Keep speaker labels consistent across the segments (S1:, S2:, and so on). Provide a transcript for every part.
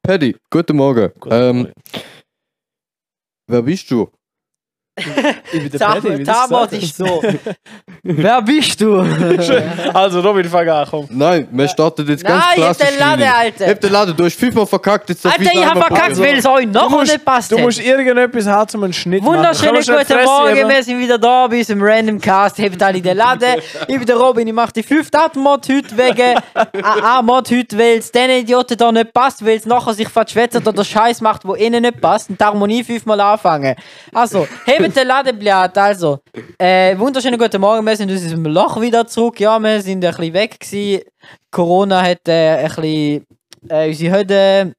S1: Paddy, guten Morgen.
S2: Guten
S1: ähm,
S2: Morgen.
S1: Wer bist du?
S2: Ich bin der
S3: Sag
S2: Paddy,
S3: mal,
S2: wie
S3: damals
S2: das
S3: ist so. Wer bist du?
S2: gesagt? Also Robin, fang an, komm.
S1: Nein, wir starten jetzt ganz
S3: Nein, ich hab
S1: klassisch.
S3: den Laden,
S1: rein.
S3: Alter.
S1: Ich hab den Laden, du hast fünfmal verkackt, jetzt darf
S3: Alter, ich
S1: noch
S3: hab
S1: einmal
S3: verkackt,
S1: probieren.
S3: weil es euch noch nicht passt.
S2: Du musst irgendetwas haben, um einen Schnitt
S3: Wunderschönen
S2: zu machen.
S3: guten Morgen, wir sind wieder da bei unserem Random Cast. Hebt alle den Laden. Ich bin der Robin, ich mache die fünfte Abmod heute wegen A-Mod heute, weil es diesen Idioten da nicht passt, weil es nachher sich verschwätzt oder Scheiß macht, wo ihnen nicht passt. Und darum muss ich fünfmal anfangen. Also, hebt den Laden, blöd. Also, äh, wunderschönen guten Morgen, wir sind aus unserem Loch wieder zurück. Ja, wir sind ein bisschen weg gewesen. Corona hat äh, ein bisschen äh, unsere Hütte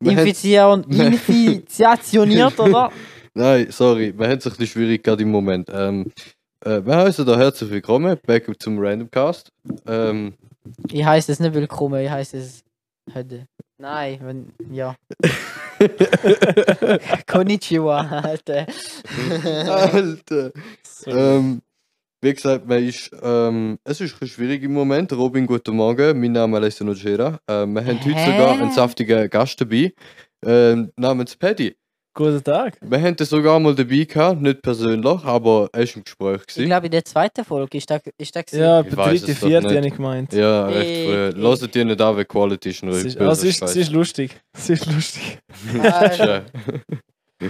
S1: Wir haben-
S3: infizieren, infiziationiert, oder?
S1: Nein, sorry, wir haben es ein bisschen schwierig gerade im Moment. Ähm, äh, wir heißen da herzlich willkommen, back zum Randomcast. Ähm,
S3: Ich heiße es nicht willkommen, ich heiße es heute. Nein, wenn. Ja. Konnichiwa, Alter.
S1: Alter. Ähm, wie gesagt, man ist, ähm, es ist ein bisschen schwierig im Moment. Robin, guten Morgen. Mein Name ist Alessio Nogera. Ähm, wir haben heute
S3: Hä?
S1: sogar einen saftigen Gast dabei, ähm, namens Paddy.
S2: Guten Tag.
S1: Wir haben den sogar mal dabei gehabt, nicht persönlich, aber er ist im Gespräch.
S3: Ich
S1: Gewesen.
S3: glaube, in der zweiten Folge ist da. Ist da
S2: Ja,
S1: Ich
S2: die
S1: weiß
S2: dritte,
S1: es doch
S2: vierte
S1: nicht.
S2: habe ich gemeint.
S1: Ja,
S3: Ey,
S1: recht früh.
S3: ey.
S1: Lasst ihr nicht an, wenn Quality ist nur
S2: Es ist,
S1: böser
S2: also, es, ist,
S1: Scheiß.
S2: es ist lustig. Es ist lustig.
S3: Alter.
S1: Ja.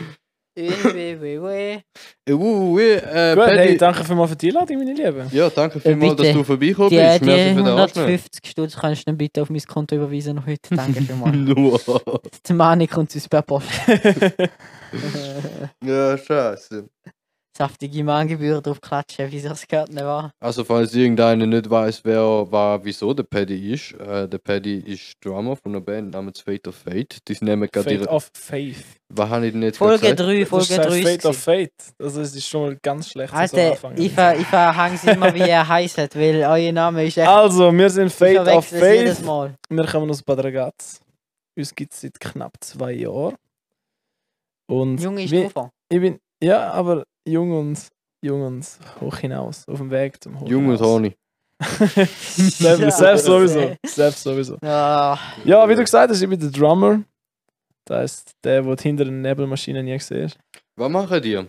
S3: Ui, ui, ui.
S1: Äh, uh, uh, äh,
S2: Gut,
S1: Paddy.
S2: hey, danke vielmals für die Einladung, meine Lieben.
S1: Ja, danke vielmals, dass
S3: bitte.
S1: du vorbeikommen
S3: Die, die
S1: bist. Merci für den Anschnitt.
S3: 150 Stutz kannst du dann bitte auf mein Konto überweisen noch heute. Danke vielmals.
S1: Nur.
S3: Die Mani kommt uns per Post.
S1: Ja, scheiße.
S3: Saftige Mahngebühr drauf klatschen, wie sich's gehört, nicht wahr?
S1: Also, falls irgendeiner nicht weiß, wer war, wieso der Paddy ist, äh, der Paddy ist Drummer von einer Band namens Fate of Fate. Die nehmen gerade
S2: Fate
S1: ihre.
S2: of Faith.
S1: Was habe ich denn jetzt gerade
S3: Folge
S1: gesagt?
S3: 3,
S2: Das
S3: Folge
S2: ist heißt
S3: 3.
S2: Fate of Fate. Also, es ist schon mal ganz schlecht. dass wir so
S3: Alter,
S2: anfangen.
S3: ich, ver ich verhange es immer, wie er heißt, weil euer Name ist echt.
S2: also, wir sind
S3: ich
S2: Fate of
S3: verwechsel es jedes
S2: Faith.
S3: Mal.
S2: Wir kommen aus Bad Ragaz. Uns gibt es seit knapp zwei Jahren. Und
S3: Junge ist
S2: wie-
S3: Ufer.
S2: Ich bin, ja, aber jung und, jung und hoch hinaus, auf dem Weg zum Hoch
S1: Jung und
S2: hinaus.
S1: Horny.
S2: Selbst,
S3: Ja, Ah,
S2: selbst
S3: aber-
S2: sowieso, selbst sowieso.
S3: Ja,
S2: Ja, wie du gesagt hast, ich bin der Drummer. Das heisst, der, der die hinter den Nebelmaschinen nie gesehen
S1: Was machen die? Nein,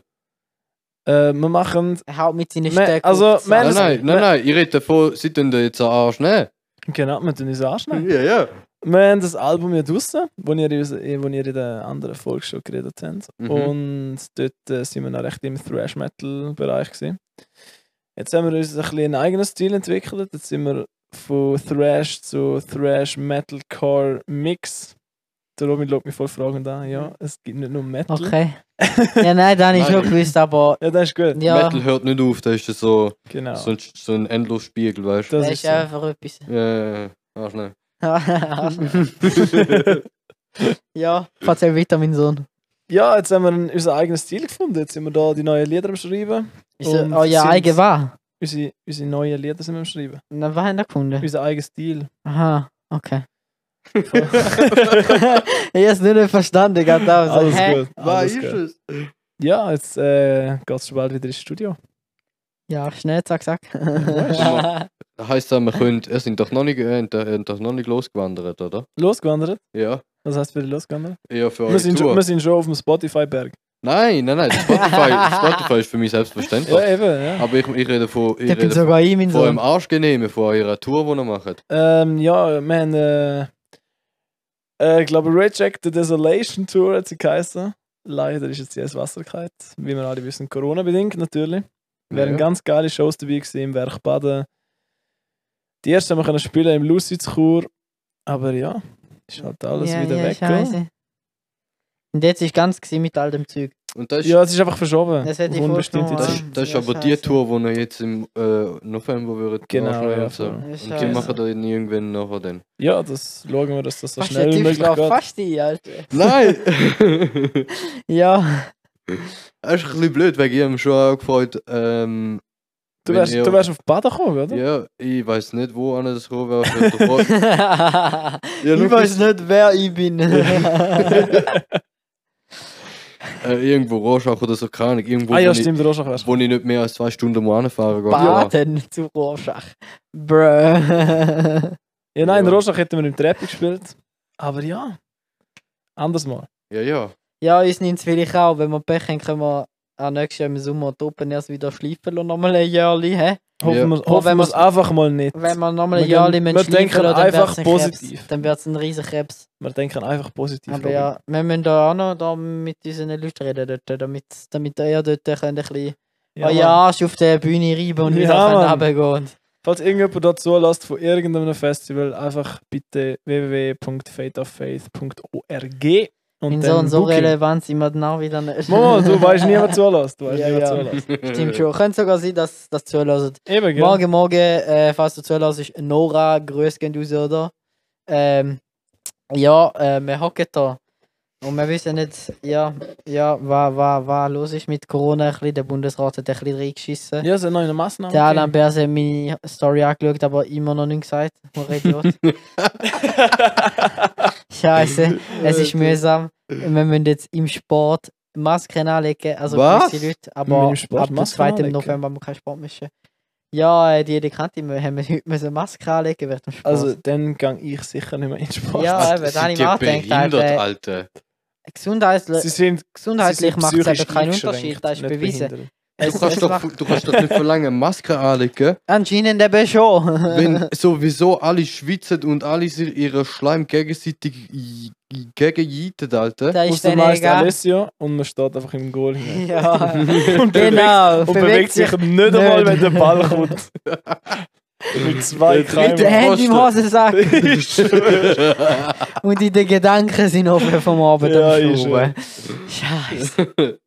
S2: äh, Wir machen,
S3: er haut mit seinen
S2: Me-
S3: Stöcken.
S2: also,
S3: auf die
S2: Nein,
S1: nein,
S2: das-
S3: Seite.
S1: nein, nein, ich rede davon, sie tun da jetzt einen Arsch ne? nehmen.
S2: genau, wir tun uns anschneiden.
S1: Ja, ja.
S2: Wir haben das Album ja draussen, wo ihr, äh, wo ihr in der anderen Folge schon geredet habt.
S1: Mhm.
S2: Und dort äh, sind wir noch recht im Thrash-Metal-Bereich. gewesen. Jetzt haben wir uns ein bisschen einen eigenen Stil entwickelt. Jetzt sind wir von Thrash zu Thrash-Metal-Core-Mix. Der Robin schaut mich voll fragend an. Ja, es gibt nicht nur Metal.
S3: Okay. Ja, nein, dann ich
S1: Nein.
S3: schon gewusst, aber.
S2: Ja, das ist gut.
S3: Ja,
S1: Metal hört nicht auf, da ist das so,
S2: Genau.
S1: so, ein, so ein Endlosspiegel, weißt du?
S2: das
S3: das
S2: ist
S3: ist
S2: so.
S3: einfach etwas.
S1: Ja, ja, Arsch nehmen.
S3: ja, erzähl weiter, mein Sohn.
S2: Ja, jetzt haben wir einen- unseren eigenen Stil gefunden. Jetzt sind wir da die neuen Lieder am Schreiben.
S3: Ist er
S2: Und
S3: euer
S2: sind-
S3: eigen war?
S2: Unsere, unsere neuen Lieder sind wir am Schreiben.
S3: Na, was haben wir gefunden?
S2: Unser eigener Stil.
S3: Aha, okay. ich hab's nur nicht verstanden, gerade da. So,
S2: Alles
S3: Also, hä?
S2: gut.
S1: Was
S2: Alles
S1: ist
S2: gut.
S1: es?
S2: Ja, jetzt äh, geht es schon bald wieder ins Studio.
S3: Ja, schnell, zack, zack.
S1: mal. Das heisst ja, wir können, ihr sind doch noch nicht, ihr habt- ihr habt doch noch nicht losgewandert, oder?
S2: Losgewandert?
S1: Ja.
S2: Was heißt wieder losgewandert?
S1: Ja, für
S2: Wir
S1: eure
S2: sind,
S1: Tour.
S2: schon, wir sind schon auf dem Spotify-Berg.
S1: Nein, nein, nein, Spotify, Spotify ist für mich selbstverständlich.
S2: Ja, eben, ja.
S1: Aber ich, ich rede von, ich
S3: Ich bin
S1: rede von,
S3: sogar ich, mein
S1: von eurem
S3: Sohn.
S1: Arschgenehmen, von eurer Tour, die ihr macht.
S2: Ähm, ja, wir haben, äh, äh, ich glaube, Reject the Desolation Tour hat sie geheißen. Leider ist jetzt ins Wasser gefallen, wie wir alle wissen, Corona-bedingt natürlich. Wir
S1: Ja.
S2: haben ganz geile Shows dabei gewesen, im Werk Baden. Die erste haben wir können spielen im Lucid Chur. Aber ja, ist halt alles wieder weg. gell?
S3: scheiße. also. Und jetzt ist ganz gewesen mit all dem Zeug.
S1: Und das ist,
S2: Ja, es ist einfach verschoben.
S3: Das hätte
S2: auf
S3: ich
S2: unbestimmte
S3: vorgenommen,
S1: das,
S2: Zeit.
S1: ist- das ist
S3: Ja,
S1: aber die
S3: scheiße.
S1: Tour, die ihr jetzt im äh, November würdet
S2: Genau,
S1: anschneiden
S2: ja,
S1: und so.
S2: voll.
S1: Und die
S3: Scheiße.
S1: machen dann irgendwann nachher dann.
S2: Ja, das schauen wir, dass das so
S3: Fast
S2: schnell
S3: der
S2: wie möglich
S3: Tiefschlaf,
S2: geht.
S3: fast die, Alter.
S1: Nein!
S3: Ja,
S1: das ist ein bisschen blöd, weil ich habe mich schon auch gefreut, ähm,
S2: Du
S1: wenn
S2: wärst,
S1: ihr-
S2: du wärst auf Baden gekommen, oder?
S1: ja, ich weiß nicht, wo einer das kommen wäre. Ich hab davor- Ja,
S3: ich
S1: nur-
S3: weiß nicht, wer ich bin.
S1: äh, irgendwo Rorschach oder so, keine Ahnung. Irgendwo,
S2: Ah
S1: wo,
S2: ja,
S1: ich,
S2: stimmt, der Rorschach wärst.
S1: wo ich nicht mehr als zwei Stunden mal anfahren kann.
S3: Baden zu Rorschach. Bruh.
S2: Ja,
S1: Ja.
S2: nein, in Rorschach hätten wir im Treppe gespielt. Aber ja. Anders mal.
S1: Ja, ja.
S3: Ja, uns nimmt es vielleicht auch. Wenn wir Pech haben, können wir auch nächstes Jahr im Sommer die Open erst wieder schleifen und nochmal ein Jährli. He?
S2: Hoffen
S1: Ja.
S2: wir
S3: Oh, wenn
S2: es einfach mal nicht.
S3: Wenn wir nochmal
S2: Wir
S3: ein Jährli
S2: gehen-
S3: müssen
S2: wir
S3: schleifen
S2: denken
S3: lassen, dann
S2: einfach
S3: wird's ein
S2: positiv.
S3: Krebs. Dann wird es ein riesen Krebs.
S2: Wir denken einfach positiv.
S3: Aber ja, wir müssen da auch noch da mit unseren Leuten reden, dort, damit, damit ihr dort könnt ein bisschen Ah, ja, euren
S2: Mann.
S3: Arsch auf der Bühne reiben und
S2: Ja,
S3: wieder
S2: Mann.
S3: runtergehen könnt.
S2: Falls irgendjemand da zulässt von irgendeinem Festival, einfach bitte www.fateoffaith.org und
S3: In
S2: dann
S3: so und so
S2: Booking.
S3: relevant sind wir dann auch wieder nicht.
S2: Momo, du weißt nie, wer zulässt. Du weißt
S3: Ja,
S2: nie, wer
S3: ja.
S2: zulässt.
S3: Stimmt schon. Könnte sogar sein, dass das zulässt.
S2: Eben, gell?
S3: Morgen, morgen, äh, falls du zulässt, ist Nora, grüß gehen raus, oder? Ähm, ja, äh, wir hocken da. Und wir wissen nicht, ja, ja, was, was, was los ist mit Corona. Ein bisschen, der Bundesrat hat ein bisschen reingeschissen.
S2: Ja, so eine neue Massnahme.
S3: Der Alan Berse hat meine Story angeschaut, aber immer noch nichts gesagt. Man Idiot. Scheiße, es ist mühsam. Wir müssen jetzt im Sport Masken anlegen, also
S1: Was?
S3: gewisse Leute,
S2: Wir müssen
S3: aber
S2: im Sport
S3: ab dem
S2: Masken
S3: 2.
S2: anlegen?
S3: November haben wir keinen Sport mischen. Ja, äh, die Dekante haben wir heute müssen Maske anlegen während dem Sport.
S2: Also, dann gehe ich sicher nicht mehr in den Sport.
S3: ja, eben, da habe ich mir auch gedacht, Alter,
S1: Alter.
S2: Sie
S3: Gesundheitlich,
S2: sind, sie
S3: gesundheitlich
S2: sind
S3: macht es also, eben
S2: psychisch
S3: keinen
S2: eingeschränkt,
S3: Unterschied, das ist
S2: nicht
S3: bewiesen.
S2: behindert.
S1: Du
S3: Es-
S1: kannst,
S3: es
S1: doch,
S3: macht-
S1: du kannst doch nicht verlangen, Maske anlegen,
S3: Anscheinend eben schon.
S1: wenn sowieso alle schwitzen und alle sich ihren Schleim gegenseitig i- i- gegenjieten, Alter.
S3: Da
S2: Aus
S3: ist
S2: dem
S3: dann
S2: Meister
S3: egal.
S2: Alessio und man steht einfach im Goal hinein.
S3: Ja,
S2: Und
S3: genau.
S2: Und bewegt sich nicht einmal, wenn der Ball kommt. Mit zwei
S1: Der dritte-
S3: Mit der
S2: Keimen.
S3: Hand im Hosensack
S2: Ich schwöre.
S3: und in den Gedanken sind offen vom Abend
S2: Ja,
S3: am
S2: ist
S3: Schrauben. Scheiße.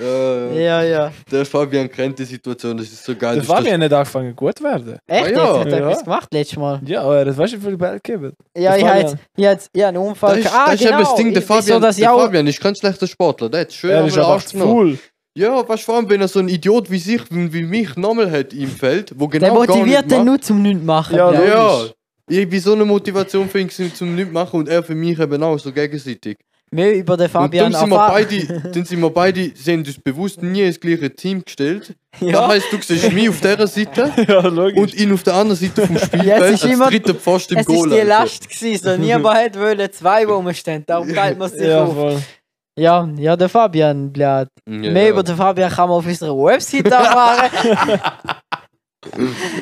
S1: Äh,
S3: Ja, ja.
S1: Der Fabian kennt die Situation, das ist so geil.
S2: Der
S1: Du stehst-
S2: Fabian hat nicht angefangen gut zu werden.
S3: Echt?
S1: Ah, ja.
S3: Jetzt hat er
S2: Ja.
S3: etwas gemacht letztes Mal.
S2: Ja, aber das weißt du, wie viel Bälle gegeben.
S3: Ja,
S2: Der
S3: ich habe
S2: Fabian.
S3: jetzt, ich hab jetzt ich hab einen Unfall.
S1: Das ist,
S3: gehabt. ah,
S1: das ist
S3: genau.
S1: eben das Ding, der
S3: Ich- wieso,
S1: Fabian,
S3: dass ich
S1: der
S3: auch,
S1: Fabian ist kein schlechter Sportler, der hat schön
S2: Er
S1: am
S2: ist aber
S1: Arsch
S2: echt
S1: genommen.
S2: cool.
S1: Ja, weißt du, vor allem, wenn er so ein Idiot wie sich, wie mich, nochmal hat im Feld, wo
S3: der
S1: genau gar
S3: motiviert
S1: nicht
S3: den
S1: macht.
S3: nur zum Nichts machen.
S2: Ja,
S1: Ja,
S2: nur-
S1: ja. Irgendwie so eine Motivation für ihn gewesen, zum nicht machen und er für mich eben auch, so gegenseitig.
S3: Mehr über den Fabian
S1: und dann sind, wir
S3: erfahren.
S1: beide, dann sind wir beide, sie haben uns bewusst nie ins gleiche Team gestellt. Das
S3: ja.
S1: heisst, du siehst mich auf dieser Seite
S2: Ja, logisch.
S1: und ihn auf der anderen Seite vom Spielfeld
S3: Jetzt ist
S1: als
S3: immer-
S1: dritter Pfosten im
S3: Es war
S1: Goal. also.
S3: die
S1: Alter.
S3: Last, gewesen, so niemand hätte wollen, zwei, wo wir stehen. Darum teilt man sich
S2: ja,
S3: auf.
S2: voll.
S3: Ja, ja, der Fabian, blöd.
S1: Ja,
S3: Mehr
S1: ja.
S3: über den Fabian kann man auf unserer Website erfahren.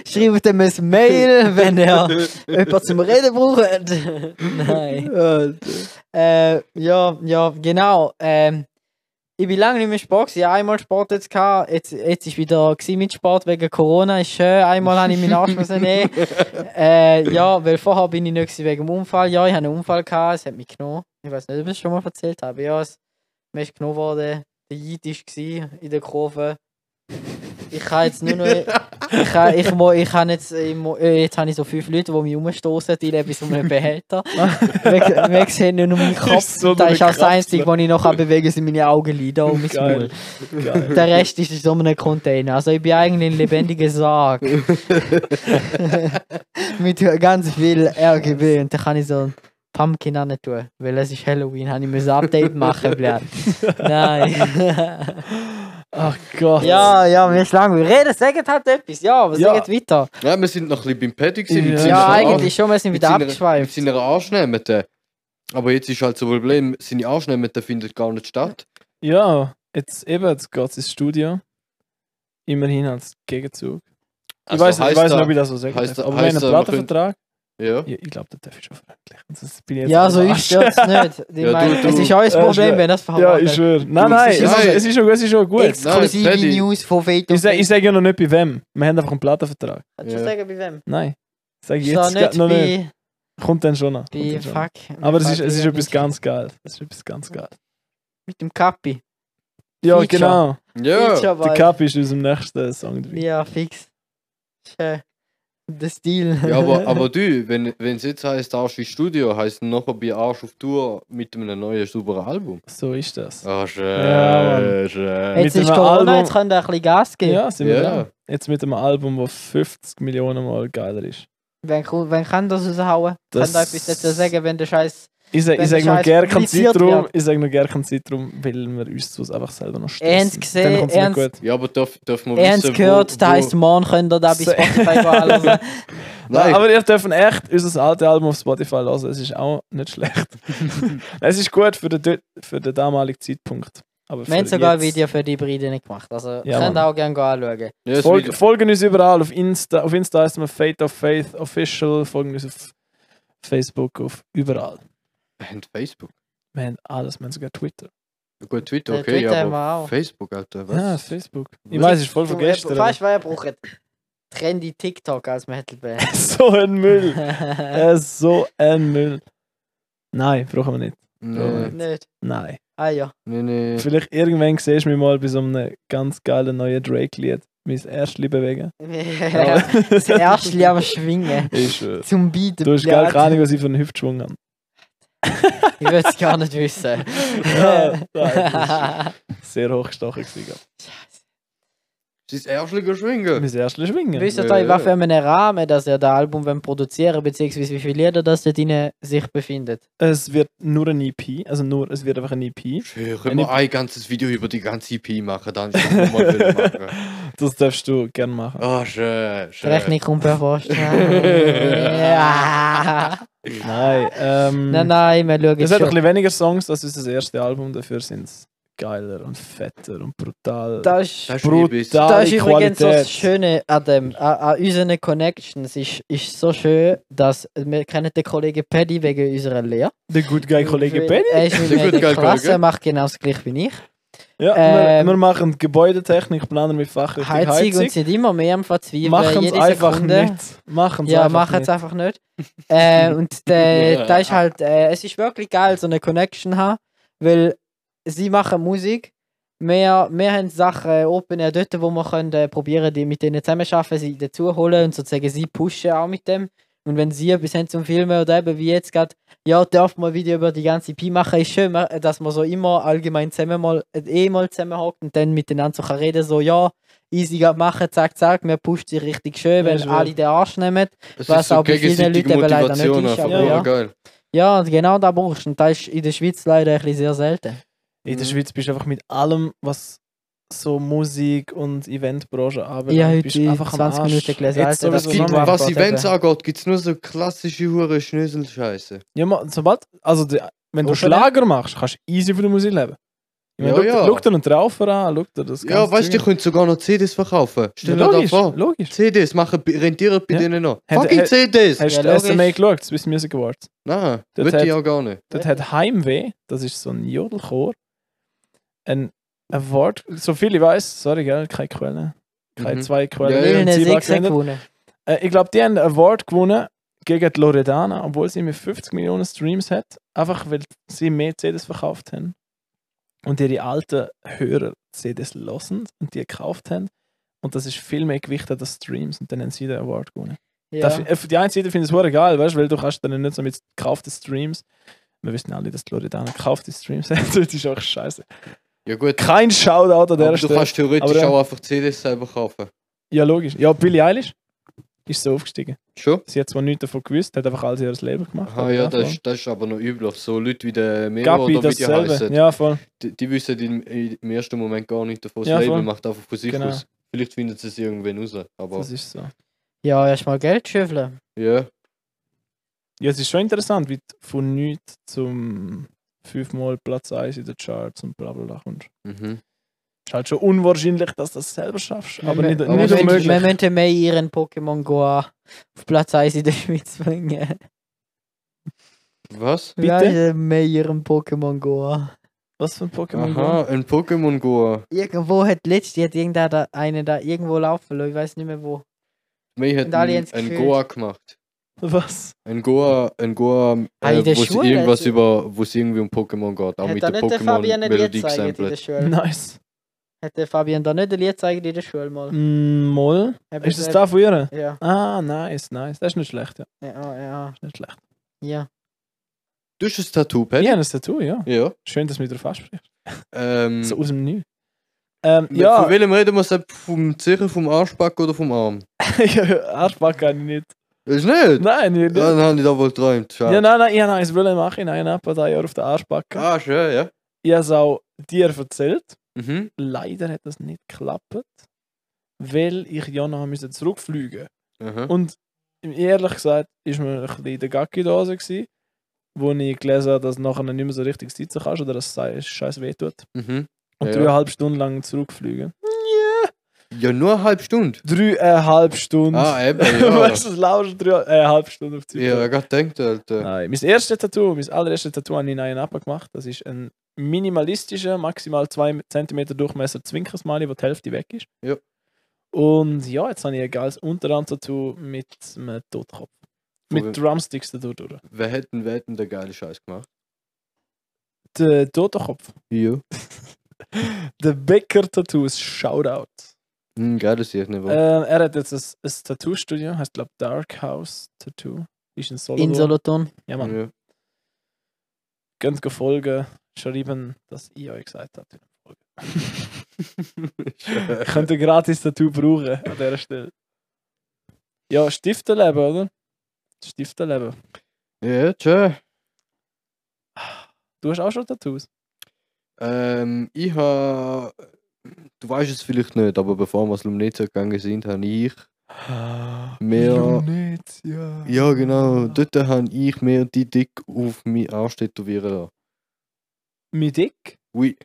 S3: Schreibt ihm ein Mail, wenn ihr jemanden zum Reden braucht. Nein. Äh, ja, ja, genau. Ähm, ich bin lange nicht mehr Sport. gewesen. Ich habe einmal Sport jetzt gehabt. Jetzt, jetzt ist wieder gewesen mit Sport wegen Corona. Ist schön. Einmal habe ich meinen Arsch müssen nehmen. Äh, ja, weil vorher bin ich nicht gewesen wegen dem Unfall. Ja, ich hatte einen Unfall gehabt. Es hat mich genommen. Ich weiß nicht, ob ich es schon mal erzählt habe. aber Ja, es mir ist genommen worden. Der Jid war in der Kurve. Ich kann jetzt nur noch. Ich, kann, ich, mo- ich kann jetzt. Ich, mo- äh, jetzt habe ich so fünf Leute, die mich rumstoßen. Die leben in so einem Behälter. wir, wir sehen nur noch meinen Kopf.
S2: Ist so
S3: da ist auch das
S2: eine
S3: Einzige, was ich noch kann bewegen kann, sind meine Augenlider und mein
S2: Geil.
S3: Maul.
S2: Geil.
S3: Der Rest ist in so einem Container. Also ich bin eigentlich ein lebendiger Sarg. Mit ganz viel RGB. Und da kann ich so ein Pumpkin an tun. Weil es ist Halloween, habe ich mir ein Update machen blöd. Nein.
S2: Ach Gott.
S3: ja, ja, mir ist langweilig. Reden, sagt halt etwas. Ja, aber
S2: Ja.
S3: sagt weiter.
S1: Ja, wir sind noch ein bisschen beim Paddy gewesen. mit
S2: Ja,
S1: seiner
S3: Ja,
S1: Ar-
S3: eigentlich schon, wir sind
S1: mit
S3: wieder
S1: seiner- Mit
S3: abgeschweift.
S1: seiner Arschnehmete. Aber jetzt ist halt so ein Problem, seine Arschnehmete findet gar nicht statt.
S2: Ja, jetzt eben, jetzt geht es ins Studio. Immerhin als Gegenzug.
S1: Also
S2: ich weiß nicht, ich
S1: heisst
S2: weiß
S1: da-
S2: nicht, ob ich das so sagen
S1: heisst da-
S2: darf. Aber wenn
S1: heisst
S2: ein
S1: da, wir
S2: Plattenvertrag.
S1: Ja.
S2: Ja, ich glaube, das darf ich schon veröffentlichen. Das bin ich jetzt
S3: Ja, also so ist
S2: überrascht.
S3: es nicht. Ich
S1: Ja,
S3: meine,
S1: du-
S3: es
S1: du-
S3: ist euer
S2: Äh,
S3: Problem,
S2: schwör-
S3: wenn das verhauen
S2: Ja, ich schwöre. Nein,
S1: Du,
S2: nein,
S1: es
S2: es
S1: ist-
S2: ist,
S1: Nein.
S2: es ist schon gut, es ist schon gut.
S1: Nein,
S3: Exklusive
S1: Teddy.
S3: News von Fate
S2: Ich sage ich sag ja noch nicht bei wem. Wir haben einfach einen Plattenvertrag.
S3: Kannst du
S1: Ja.
S3: sagen, bei wem?
S2: Nein. Sag ich
S3: Ist da
S2: jetzt
S3: nicht
S2: grad noch nicht.
S3: bei,
S2: Kommt dann schon noch. Kommt
S3: bei
S2: dann schon noch.
S3: Fuck.
S2: Aber
S3: mir
S2: es ist,
S3: fällt
S2: es ist
S3: wieder
S2: etwas
S3: nicht.
S2: ganz geil. Es ist etwas ganz geil.
S3: Mit dem Kappi.
S2: Ja,
S3: Feature.
S2: genau.
S1: Ja.
S2: Der Cup ist aus dem nächsten Song dabei.
S3: Ja, fix. Schön. Der Stil.
S1: Ja, aber, aber du, wenn es jetzt heißt Arsch im Studio, heißt es nachher bei Arsch auf Tour mit einem neuen super Album.
S2: So ist das.
S1: Ah, schön,
S2: Ja, Mann.
S1: schön.
S3: jetzt
S2: mit
S3: ist
S2: einem
S3: Corona,
S2: Album-
S3: jetzt könnt ihr ein bisschen Gas geben.
S2: Ja, sind wir
S1: Ja.
S2: da. Jetzt mit einem Album, das 50 Millionen Mal geiler ist.
S3: Wenn, wenn kann das raushauen?
S2: Das-
S3: kann da etwas dazu sagen, wenn der scheiß
S2: Ich sage
S3: Dann
S2: sag
S3: ist
S2: noch
S3: halt
S2: gerne keinen
S3: kompliziert,
S2: Zeitraum,
S3: ja.
S2: ich sage noch gerne keinen Zeitraum, weil wir uns das einfach selber noch stressen.
S3: Ernst gesehen,
S2: Dann kommt's nicht
S3: ernst-
S2: gut.
S1: Ja, aber darf, darf man
S3: Ihr habt
S1: wissen,
S3: es gehört,
S1: wo,
S3: da heisst, morgen könnt ihr da bei
S2: So-
S3: Spotify anhören.
S1: Nein,
S2: Aber ihr dürft echt unser altes Album auf Spotify hören, es ist auch nicht schlecht. es ist gut für den, dort- für den damaligen Zeitpunkt. Aber
S3: Wir haben
S2: für
S3: sogar ein
S2: jetzt-
S3: Video für die Hybride nicht gemacht. Also
S2: Ja,
S3: könnt ihr
S2: Mann.
S3: auch gerne anschauen.
S1: ja, das
S2: Folg,
S1: Video.
S2: folgen uns überall. Auf Insta, auf Insta heißt man Fate of Faith Official. Folgen uns auf Facebook, auf überall.
S1: Wir haben Facebook.
S2: Wir haben alles, wir haben sogar Twitter.
S1: Gut, Twitter,
S3: Der
S1: okay,
S3: Twitter
S1: ja,
S3: haben
S1: aber
S3: wir auch.
S1: Facebook, Alter, was?
S2: Ja, Facebook. Ich
S1: Was?
S2: weiß, es ist voll von
S3: Du, äh,
S2: gestern.
S3: Weißt du, wer braucht? Trendy TikTok als Metalband.
S2: aber- so ein Müll. Äh, so ein Müll. Nein, brauchen wir nicht.
S1: nee,
S3: nicht.
S2: Nein.
S3: Ah ja.
S1: nee, nee.
S2: Vielleicht irgendwann siehst du mich mal bei so einem ganz geilen neuen Drake-Lied. Mein Erstli bewegen.
S3: das Erstli am Schwingen.
S2: Ist, äh,
S3: Zum Beat.
S2: du hast gar keine Ahnung, was ich für einen Hüftschwung habe.
S3: Ich will es gar nicht wissen.
S2: Ja, nein, das ist sehr hochgestochen. gewesen, glaub.
S1: Sein Ärschliger schwingen.
S2: Mein Erstli schwingen.
S3: Wisst ihr,
S1: Ja,
S3: in
S1: ja.
S3: was für einem Rahmen, dass ihr das Album wollt produzieren beziehungsweise wie viele Lieder das dort drin sich befindet?
S2: Es wird nur ein EP, also nur, es wird einfach ein EP.
S1: Schön,
S2: Wenn
S1: können wir ein ganzes Video über die ganze EP machen, dann ist das nochmal wieder machen.
S2: Das darfst du gerne machen.
S1: Ah, schön,
S3: Die
S1: schön.
S3: Rechnung kommt per Post. ja.
S2: Nein, ähm,
S3: Nein, nein, wir schauen
S2: es
S3: jetzt
S2: hat halt ein
S3: schon.
S2: bisschen weniger Songs, das ist das erste Album, dafür sind es geiler und fetter und brutal.
S3: Das ist,
S1: Das ist
S2: brutal.
S3: das ist übrigens so
S2: Qualität.
S3: das Schöne an, dem, an, an unseren Connections. ist, ist so schön, dass wir kennen den Kollegen Paddy wegen unserer Lehre.
S2: Der Good Guy Kollege
S3: Weil
S2: Benny.
S3: Er ist mit
S1: Der
S3: mir in
S1: Good
S3: der
S1: Guy
S3: Klasse,
S1: Kollege.
S3: macht genau das gleiche wie ich.
S2: Ja, wir,
S3: ähm,
S2: wir machen Gebäudetechnik, planen mit Fachrichtung
S3: Heizig und
S2: Heizung.
S3: sind immer mehr am Verzweifeln.
S2: Machen es
S3: jede
S2: einfach
S3: Sekunde.
S2: nicht. Machen es
S3: Ja,
S2: einfach
S3: mach jetzt
S2: nicht.
S3: einfach nicht. äh, und der,
S1: Ja.
S3: da ist halt, äh, es ist wirklich geil, so eine Connection haben, weil sie machen Musik. Wir, wir haben Sachen äh, Open Air dort, wo wir können, äh, probieren, die mit denen zusammenarbeiten, sie dazu holen und sozusagen sie pushen auch mit dem. Und wenn sie bis hin zum Filmen oder eben wie jetzt gerade, ja, darf man Video über die ganze Pi machen, ist schön, ma- dass man so immer allgemein zusammen mal, äh, eh mal zusammenhockt und dann miteinander so kann reden, so, ja, easy grad machen, zack, zack, wir pushen sie richtig schön,
S2: Ja,
S3: wenn
S2: ist wahr.
S3: alle den Arsch nehmen.
S1: Es
S3: was
S1: ist so
S3: auch bei vielen
S1: gegenseitige
S3: Leuten eben leider nicht
S1: Motivation,
S3: ist,
S1: einfach
S2: aber
S1: ja.
S3: ja.
S1: geil.
S3: Ja, und genau da brauchst du. Und das ist in der Schweiz leider ein bisschen sehr selten.
S2: In der
S1: Mhm.
S2: Schweiz bist du einfach mit allem, was so Musik und Eventbranche arbeitet,
S3: Ja, heute
S2: bist
S3: die
S2: einfach
S3: 20
S2: am Arsch.
S3: Minuten gelesen,
S2: Jetzt
S3: Alter,
S2: sowieso
S3: das
S1: Es gibt,
S3: noch mal
S2: nochmal.
S1: was
S3: Antwort
S1: Events
S3: eben.
S1: angeht, gibt es nur so klassische hure Schnöselscheiße.
S2: Ja, man, sobald, also die, wenn du
S3: Open
S2: Schlager machst, kannst du easy von der Musik leben. Ich meine,
S1: Ja,
S2: schau,
S1: ja.
S2: schau dir einen Traufer an, schau dir das
S1: Ja, weißt du, die halt
S2: Ding
S1: können sogar noch CDs verkaufen. Stell
S2: an. ja,
S1: dir das
S2: logisch,
S1: vor.
S2: logisch.
S1: CDs machen, rentieren bei
S2: Ja.
S1: denen noch.
S2: Hat-
S1: Fucking
S2: hat-
S1: CDs!
S2: Hast du
S3: logisch.
S2: SMA geschaut, Swiss Music Awards?
S1: Nein,
S2: Das
S1: würde
S2: hat-
S1: ich auch gar nicht.
S2: Dort hat Heimweh, das ist so ein Jodelchor, ein Award, so viel ich weiß, sorry, gell, keine Quellen, keine
S1: Mhm.
S2: zwei Quellen.
S1: Ja, ja.
S2: im
S3: Milne
S2: Ziel
S3: 6
S2: angewendet.
S3: gewonnen.
S2: Äh, ich glaube, die haben einen Award gewonnen gegen die Loredana, obwohl sie mit 50 Millionen Streams hat, einfach weil sie mehr CDs verkauft haben und ihre alten Hörer CDs hören und die gekauft haben. Und das ist viel mehr Gewicht an den Streams und dann haben sie den Award gewonnen.
S3: Ja.
S2: Das- auf die einen Seite finde ich es hure geil, weißt, du, weil du kannst dann nicht so mit gekauften Streams. Wir wissen alle, dass die Loredana gekaufte Streams hat. das ist auch scheiße.
S1: Ja gut,
S2: Kein Shoutout an
S1: aber
S2: der
S1: du
S2: Stelle.
S1: kannst theoretisch
S2: Aber ja.
S1: auch einfach CDs selber kaufen.
S2: Ja, logisch. Ja, Billie Eilish ist so aufgestiegen.
S1: Schon?
S2: Sie hat zwar nichts davon gewusst, hat einfach alles ihr Leben gemacht.
S1: Aha,
S2: Aber
S1: ja,
S2: voll.
S1: das ist, das ist aber noch übel. So Leute wie der Mero
S2: Gabi
S1: oder wie die heißen,
S2: dasselbe. Ja, voll.
S1: die, die wissen im, im ersten Moment gar nicht davon. Das
S2: Ja,
S1: Label
S2: voll.
S1: macht einfach von sich
S2: Genau.
S1: aus. Vielleicht finden sie es irgendwann raus. Aber
S2: Das ist so.
S3: ja, erstmal Geld schöffeln.
S1: ja,
S2: Ja, es ist schon interessant, wie du von nichts zum fünfmal Platz 1 in den Charts und bla bla bla kommst.
S1: mhm.
S2: Ist halt schon unwahrscheinlich, dass du das selber schaffst. Aber
S3: wir,
S2: nicht,
S1: aber
S2: nicht
S1: wenn-
S2: unmöglich.
S3: Wir möchten mehr ihren Pokémon Go auf Platz 1 in der Schweiz bringen.
S1: Was?
S2: Bitte?
S3: Ja, mehr ihren Pokémon Go.
S2: Was für ein Pokémon?
S1: Aha, ein Pokémon Go.
S3: Irgendwo hat letzte, hat irgendeiner da, eine da irgendwo laufen lassen, ich weiß nicht mehr wo.
S1: Mei hat
S3: Und alle
S1: ein,
S3: haben's
S1: ein
S3: gefühlt.
S1: Goa gemacht.
S2: Was?
S1: Ein Goa, ein Goa,
S3: Ah,
S1: äh,
S3: in der
S1: wo es
S3: Schule,
S1: irgendwas
S3: also-
S1: über, wo es irgendwie um Pokémon geht, auch
S3: hat
S1: mit
S3: da
S1: der
S3: nicht der Fabian ein Lied
S1: Pokémon-Melodie
S3: gezeigt in der
S1: gesampelt.
S3: Schule?
S2: Nice.
S3: Hat der Fabian da nicht ein Lied gezeigt in der Schule mal?
S2: Mm, Moll.
S3: Hab ich
S2: Ist das
S3: nicht-
S2: da von ihr?
S3: Ja,
S2: Ah, nice, nice. Das ist nicht schlecht, ja.
S3: ja, ja.
S2: Nicht schlecht.
S3: ja.
S1: Du hast ein Tattoo, Pat?
S2: Ja, das Tattoo, ja.
S1: Ja.
S2: Schön, dass du mich darauf ansprichst.
S1: Ähm,
S2: So aus dem Nü. Ähm,
S1: ja.
S2: ja,
S1: Von welchem reden wir? Vom Zirkel, vom Arschback oder vom Arm?
S2: Arschbacke habe ich nicht.
S1: Ist nicht?
S2: Nein, ich, ja,
S1: Dann habe ich da wohl geträumt. Schade.
S2: nein, nein, ich habe eins wollen machen, ich habe ein paar Jahre auf den Arsch packen.
S1: Ah, schön, ja.
S2: Ich habe es auch dir erzählt.
S1: Mhm.
S2: Leider hat das nicht geklappt, weil ich ja noch musste zurückfliegen
S1: Aha.
S2: Und ehrlich gesagt, ist mir ein bisschen der Gacki da gewesen, wo ich gelesen habe, dass du nachher nicht mehr so richtig sitzen kannst oder dass es scheiß weh tut.
S1: Mhm. Ja,
S2: Und
S1: ja.
S2: dreieinhalb Stunden lang zurückfliegen.
S1: Ja, nur eine halbe Stunde.
S2: Dreieinhalb Stunden.
S1: Ah, eben, ja.
S2: weißt du, das lauscht dreieinhalb Stunden auf die
S1: Ich habe gerade gedacht, Alter.
S2: Nein, mein erstes Tattoo, mein allererstes Tattoo habe ich in einer Napa gemacht. Das ist ein minimalistischer, maximal 2 cm Durchmesser Zwinkersmiley, wo die Hälfte weg ist.
S1: Ja.
S2: Und ja, jetzt habe ich ein geiles Unterarm-Tattoo mit einem Totkopf. Mit
S1: Voll.
S2: Drumsticks da durch.
S1: Wer hätte denn, wer hätte denn den geilen Scheiß gemacht?
S2: Der Totenkopf.
S1: Ja.
S2: Der Becker-Tattoos, Shoutout.
S1: Hm, geil, das sehe ich nicht. wahr.
S2: Ähm, er hat jetzt ein, ein Tattoo-Studio, heißt glaube Dark House Tattoo. Ist in Solo.
S3: In Solothurn.
S2: Ja, Mann.
S1: Ja.
S2: Könnt ihr folgen, schreiben, dass ich euch gesagt habe. Ich könnte ein gratis Tattoo brauchen an dieser Stelle. Ja, Stiftenleben, oder? Stiftenleben.
S1: ja, tschö.
S2: Du hast auch schon Tattoos.
S1: Ähm, ich habe. Du weißt es vielleicht nicht, aber bevor wir es Lumnitzer gegangen sind, habe ich. Mehr-
S2: Lunetia.
S1: Ja, genau. Dort habe ich mir die Dick auf meinen Arsch tätowieren lassen.
S2: Mit Dick?
S1: Ui.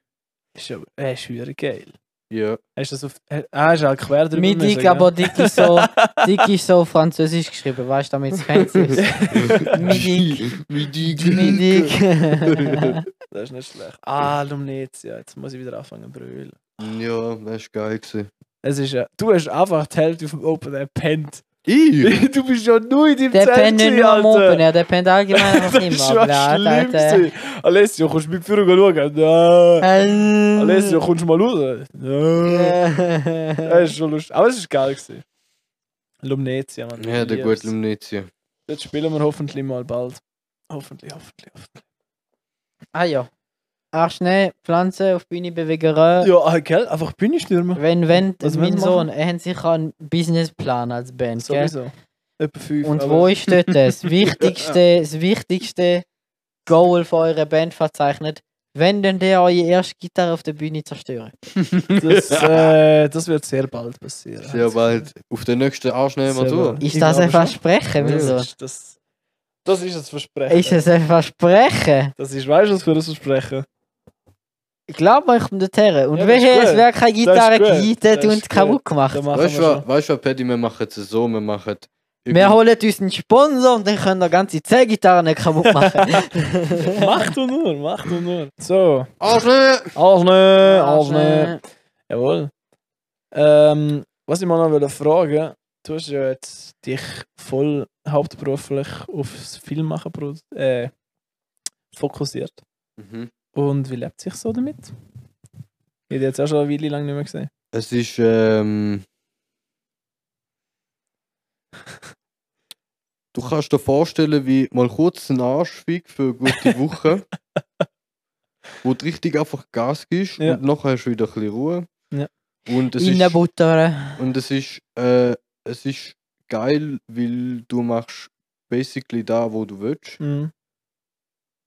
S2: Ist ja äh, ist verdammt geil.
S1: Ja.
S2: Hast du das auf. Ah, hast du halt quer drüber.
S3: Mit
S2: müssen,
S3: Dick,
S2: gell?
S3: aber Dick ist so, Dick ist so französisch geschrieben, weißt du, damit es fancy ist. Mit Dick.
S1: Mit Dick.
S3: Mit Dick.
S2: Das ist nicht schlecht. Ah, Lumnetia. Jetzt muss ich wieder anfangen zu brüllen.
S1: Ja, das war geil. Gewesen.
S2: Es ist ja. Du hast einfach die Hälfte auf dem Open Air pennt.
S1: Ich?
S2: Du bist ja nur in deinem
S3: der pennt nicht
S2: gewesen,
S3: nur am
S2: Alter.
S3: Open, ja, der pennt allgemein einfach
S2: Das
S3: nicht
S2: ist
S3: mehr.
S2: schon
S3: aber ja,
S2: schlimm.
S3: der- der-
S2: gewesen. Alessio, kommst du mit Führung schauen? Nein.
S3: Äh.
S2: Alessio, kommst du mal raus? Nein. Das ist schon lustig. Aber es ist geil. Gewesen. Lumnezia, Mann.
S1: Ja, der
S2: Ich
S1: gute
S2: lieb's.
S1: Lumnitzer.
S2: Jetzt spielen wir hoffentlich mal bald. Hoffentlich, hoffentlich, hoffentlich.
S3: ah ja. Ach schnell, Pflanze auf Bühne bewegen. Rö.
S2: Ja, ah, gell? Einfach Bühne stürmen.
S3: Wenn, wenn,
S2: Was wollen
S3: mein
S2: wir
S3: Sohn, er hat sicher einen Businessplan als Band. Gell?
S2: Sowieso. Etwa fünf.
S3: Und
S2: aber-
S3: wo ist dort das wichtigste, das wichtigste Goal von eurer Band verzeichnet? Wenn denn der eure erste Gitarre auf der Bühne zerstören?
S2: Das, äh, das wird sehr bald passieren.
S1: Sehr bald. Auf den nächsten Arsch nehmen wir
S2: Sehr
S1: zu.
S2: bald. Ich
S3: Ist das
S2: glaube
S3: ein
S2: schon.
S3: Versprechen, mein
S2: Das,
S3: Sohn?
S2: ist- das, das ist ein Versprechen.
S3: Ist es ein Versprechen?
S2: das ist, weißt du, was für ein Versprechen?
S3: Glaub mir, ich komme dorthin. Und
S2: Ja, das ist
S3: wehe, es
S2: gut.
S3: wäre keine
S2: Das ist
S3: Gitarre
S2: gut.
S3: gehittet
S2: Das ist
S3: und kaputt
S2: Da
S3: gemacht.
S2: machen
S1: Weißt du,
S2: wir
S1: was- weißt du, was, Paddy, wir machen es so, wir machen.
S3: Wir holen uns einen Sponsor und dann können wir ganze 10 Gitarren nicht kaputt machen.
S2: schon. Mach du nur, mach du nur. So.
S1: Arsch nehmen!
S3: Oh,
S2: Arne,
S3: Also,
S2: Arne. Jawohl. Ähm, was ich mal noch wollte fragen, du hast ja jetzt dich voll hauptberuflich aufs Filmmachen produ- äh, fokussiert.
S1: Mhm.
S2: Und wie lebt sich so damit? Ich hätte jetzt auch schon eine Weile lang nicht mehr gesehen.
S1: Es ist. Ähm, du kannst dir vorstellen, wie mal kurz ein Arschfick für eine gute Woche, wo du richtig einfach Gas gibst
S2: Ja.
S1: und nachher hast du wieder ein bisschen Ruhe.
S2: Ja.
S1: Und es ist,
S3: Innenbuttern.
S1: und es ist, äh, es ist geil, weil du machst basically da, wo du willst.
S2: Mhm.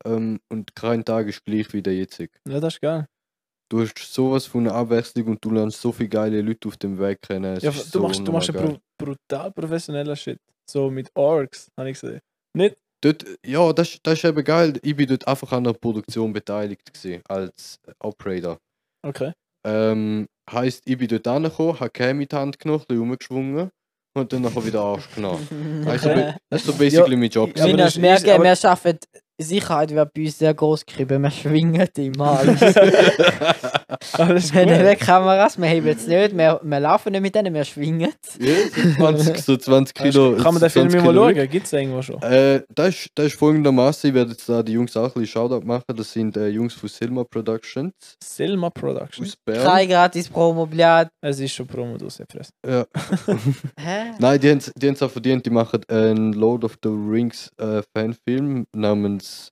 S1: Ähm, und kein Tag ist gleich wie der jetzige.
S2: Ja, das ist geil.
S1: Du hast sowas von einer Abwechslung und du lernst so viele geile Leute auf dem Weg kennen. Es
S2: Ja,
S1: ist
S2: du,
S1: so
S2: machst, du machst ja
S1: unnormal geil.
S2: bru brutal professioneller Shit. So mit Orgs, habe ich gesehen. Nicht?
S1: Dort, ja, das, das ist eben geil. Ich bin dort einfach an der Produktion beteiligt gewesen, als Operator.
S2: Okay.
S1: Ähm, heißt, ich bin dort angekommen, habe Cam mit der Hand genommen, ein bisschen rumgeschwungen und dann nachher wieder Arsch genommen. Also,
S2: Okay.
S1: das ist so basically mein Job.
S2: Ja, aber
S1: gewesen.
S2: das
S3: Minus,
S2: ist-
S3: wir,
S2: ist-
S3: geben,
S2: aber-
S3: wir arbeiten, Sicherheit wird bei uns sehr groß geschrieben, wir schwingen immer alles.
S2: Aber das ist
S3: Wir haben
S2: gut.
S3: nicht Kameras, wir haben jetzt nicht, wir, wir laufen nicht mit denen, wir schwingen.
S1: Ja, 20, so 20 Kilo.
S2: Kann man den
S1: 20
S2: Film mal
S1: Kilo
S2: schauen? Gibt es irgendwo schon?
S1: Äh, das ist, das ist folgendermaßen, ich werde jetzt da die Jungs auch ein bisschen Shoutout machen. Das sind äh, Jungs von Silma Productions
S2: Selma Productions.
S1: aus Bern.
S3: Kein gratis Promobillet.
S2: Es ist schon Promo, du Sepress.
S3: Hä?
S1: Nein, die haben es die haben's auch verdient. Die machen einen Lord of the Rings äh, Fanfilm namens.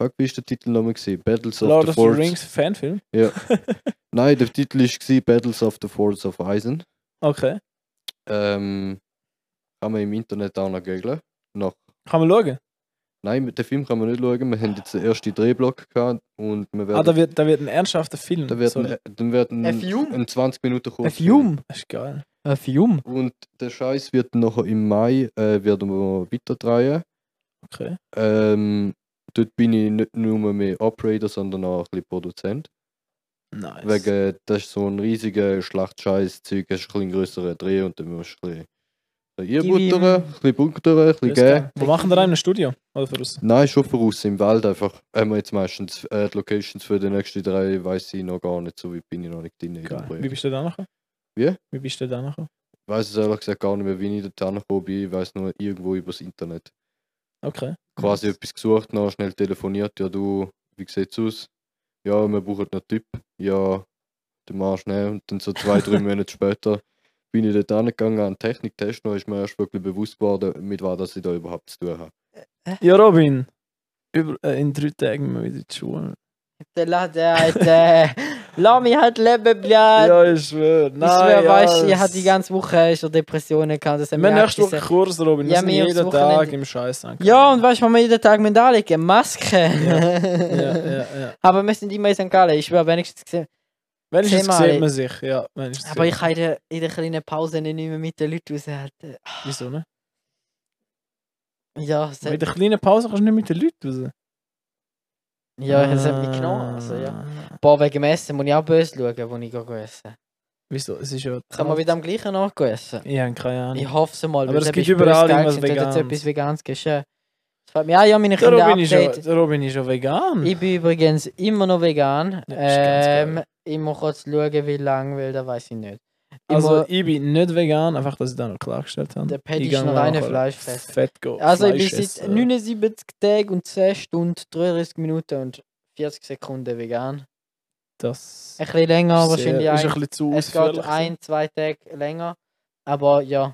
S1: Fuck, wie ist der Titel nochmal? gewesen? Battles of
S2: Lord
S1: the
S2: of the
S1: Fords.
S2: Rings Fanfilm.
S1: Nein, der Titel war Battles of the Fords of Eisen.
S2: Okay.
S1: Ähm, Kann man im Internet auch noch googeln. Nach
S2: Kann man schauen?
S1: Nein, den Film kann man nicht schauen. Wir haben jetzt den ersten Drehblock gehabt und wir werden.
S2: Ah, da wird, da wird ein ernsthafter Film.
S1: da wird,
S2: Sorry.
S1: ein, dann wird ein,
S3: Ein Film?
S1: ein 20 Minuten kurz.
S3: Ein Fium.
S2: Das ist geil.
S3: Ein Fium.
S1: Und der Scheiß wird nachher im Mai äh, werden wir weiterdrehen.
S2: Okay.
S1: Ähm, dort bin ich nicht nur mehr Operator, sondern auch ein bisschen Produzent.
S2: Nice.
S1: Wegen, das ist so ein riesiger Schlachtscheiß-Zeug, das ist ein bisschen größerer Dreh und dann musst du ein bisschen
S3: Die-
S1: einbuttern, ein bisschen bunkern, ein bisschen
S2: Das
S1: geben.
S2: ist geil. Wo machen wir da in einem Studio? Oder für uns?
S1: Nein, schon voraus, im Wald einfach. Haben wir jetzt meistens äh, die Locations für die nächsten drei, weiß ich noch gar nicht, so wie bin ich noch nicht drin. in dem
S2: Geil.
S1: Projekt.
S2: Wie bist du da nachher?
S1: Wie?
S2: Wie bist du da nachher?
S1: Ich weiß es ehrlich gesagt gar nicht mehr, wie ich da gekommen bin, ich weiß nur irgendwo übers Internet.
S2: Okay.
S1: Quasi
S2: Nice.
S1: etwas gesucht, noch schnell telefoniert, ja du, wie sieht's aus? Ja, wir brauchen noch einen Typ. Ja, dann mach schnell. Und dann so zwei, drei Monate später bin ich dort angegangen an den Techniktest, noch ist mir erst wirklich bewusst geworden, mit was dass ich da überhaupt zu tun habe.
S2: Ja, Robin. Über, äh, in drei Tagen müssen wir wieder in die Schule.
S3: Der Lade, Alter. Lass mich halt leben, blöd.
S2: Ja, ich schwöre.
S3: Ich schwör, weißt du, ich hatte die ganze Woche schon Depressionen gehabt. Das haben
S2: Wir haben
S3: auch
S2: nächste Woche
S3: gesehen.
S2: Kurs, Robin. Wir
S3: Ja,
S2: sind
S3: wir aufs
S2: jeden Tag
S3: Wochenende.
S2: im Scheiß angekommen.
S3: Ja, und weißt du, was wir jeden Tag mit anlegen? Maske.
S2: Ja, ja, ja.
S3: Aber wir sind immer in St. Gallen. Ich schwör, wenigstens gesehen.
S2: Wenigstens
S3: Zehnmal.
S2: sieht man sich. Ja, wenigstens
S3: Aber
S2: sieht
S3: ich kann in der, in der kleinen Pause nicht mehr mit den Leuten raus. Alter.
S2: man- Wieso nicht?
S3: Ja, es
S2: Mit
S3: hat,
S2: der kleinen Pause kannst du nicht mit den Leuten raus. Ah.
S3: ja, es hat mich genommen. Also, ja. Boah, wegen dem Essen muss ich auch böse schauen, wo ich gehe essen
S2: Wieso? Es ist ja.
S3: Kann man wieder am gleichen Ort gehen essen?
S2: Ich habe keine Ahnung.
S3: Ich hoffe es mal.
S2: Aber
S3: weil
S2: es
S3: eben
S2: gibt
S3: ist böse
S2: überall
S3: geil
S2: irgendwas
S3: gewesen, dass jetzt
S2: Veganes.
S3: etwas Veganes geschehen. Das fällt mir auch ja, meine
S2: Der
S3: Kinder
S2: Robin, ist ja,
S3: update.
S2: der Robin ist ja vegan.
S3: Ich bin übrigens immer noch vegan.
S2: Hm. Ja, ist ganz
S3: ähm,
S2: geil.
S3: ich muss kurz schauen, wie lange, weil da weiß ich nicht. Ich
S2: also,
S3: muss-
S2: ich bin nicht vegan, einfach, dass ich das noch klargestellt habe.
S3: Der Pat
S2: Ich
S3: ist
S2: gehe
S3: noch
S2: mal
S3: reiner
S2: nachher
S3: Fleischfresser.
S2: Fett go,
S3: also ich
S2: Fleisch
S3: bin seit
S2: essen.
S3: 79 Tagen und 10 Stunden, 33 Minuten und 40 Sekunden vegan.
S2: Das
S3: Ein bisschen länger,
S2: sehr-
S3: wahrscheinlich
S2: ist ein
S3: ein,
S2: bisschen zu
S3: Es geht
S2: ausführlich.
S3: ein, zwei Tage länger. Aber ja,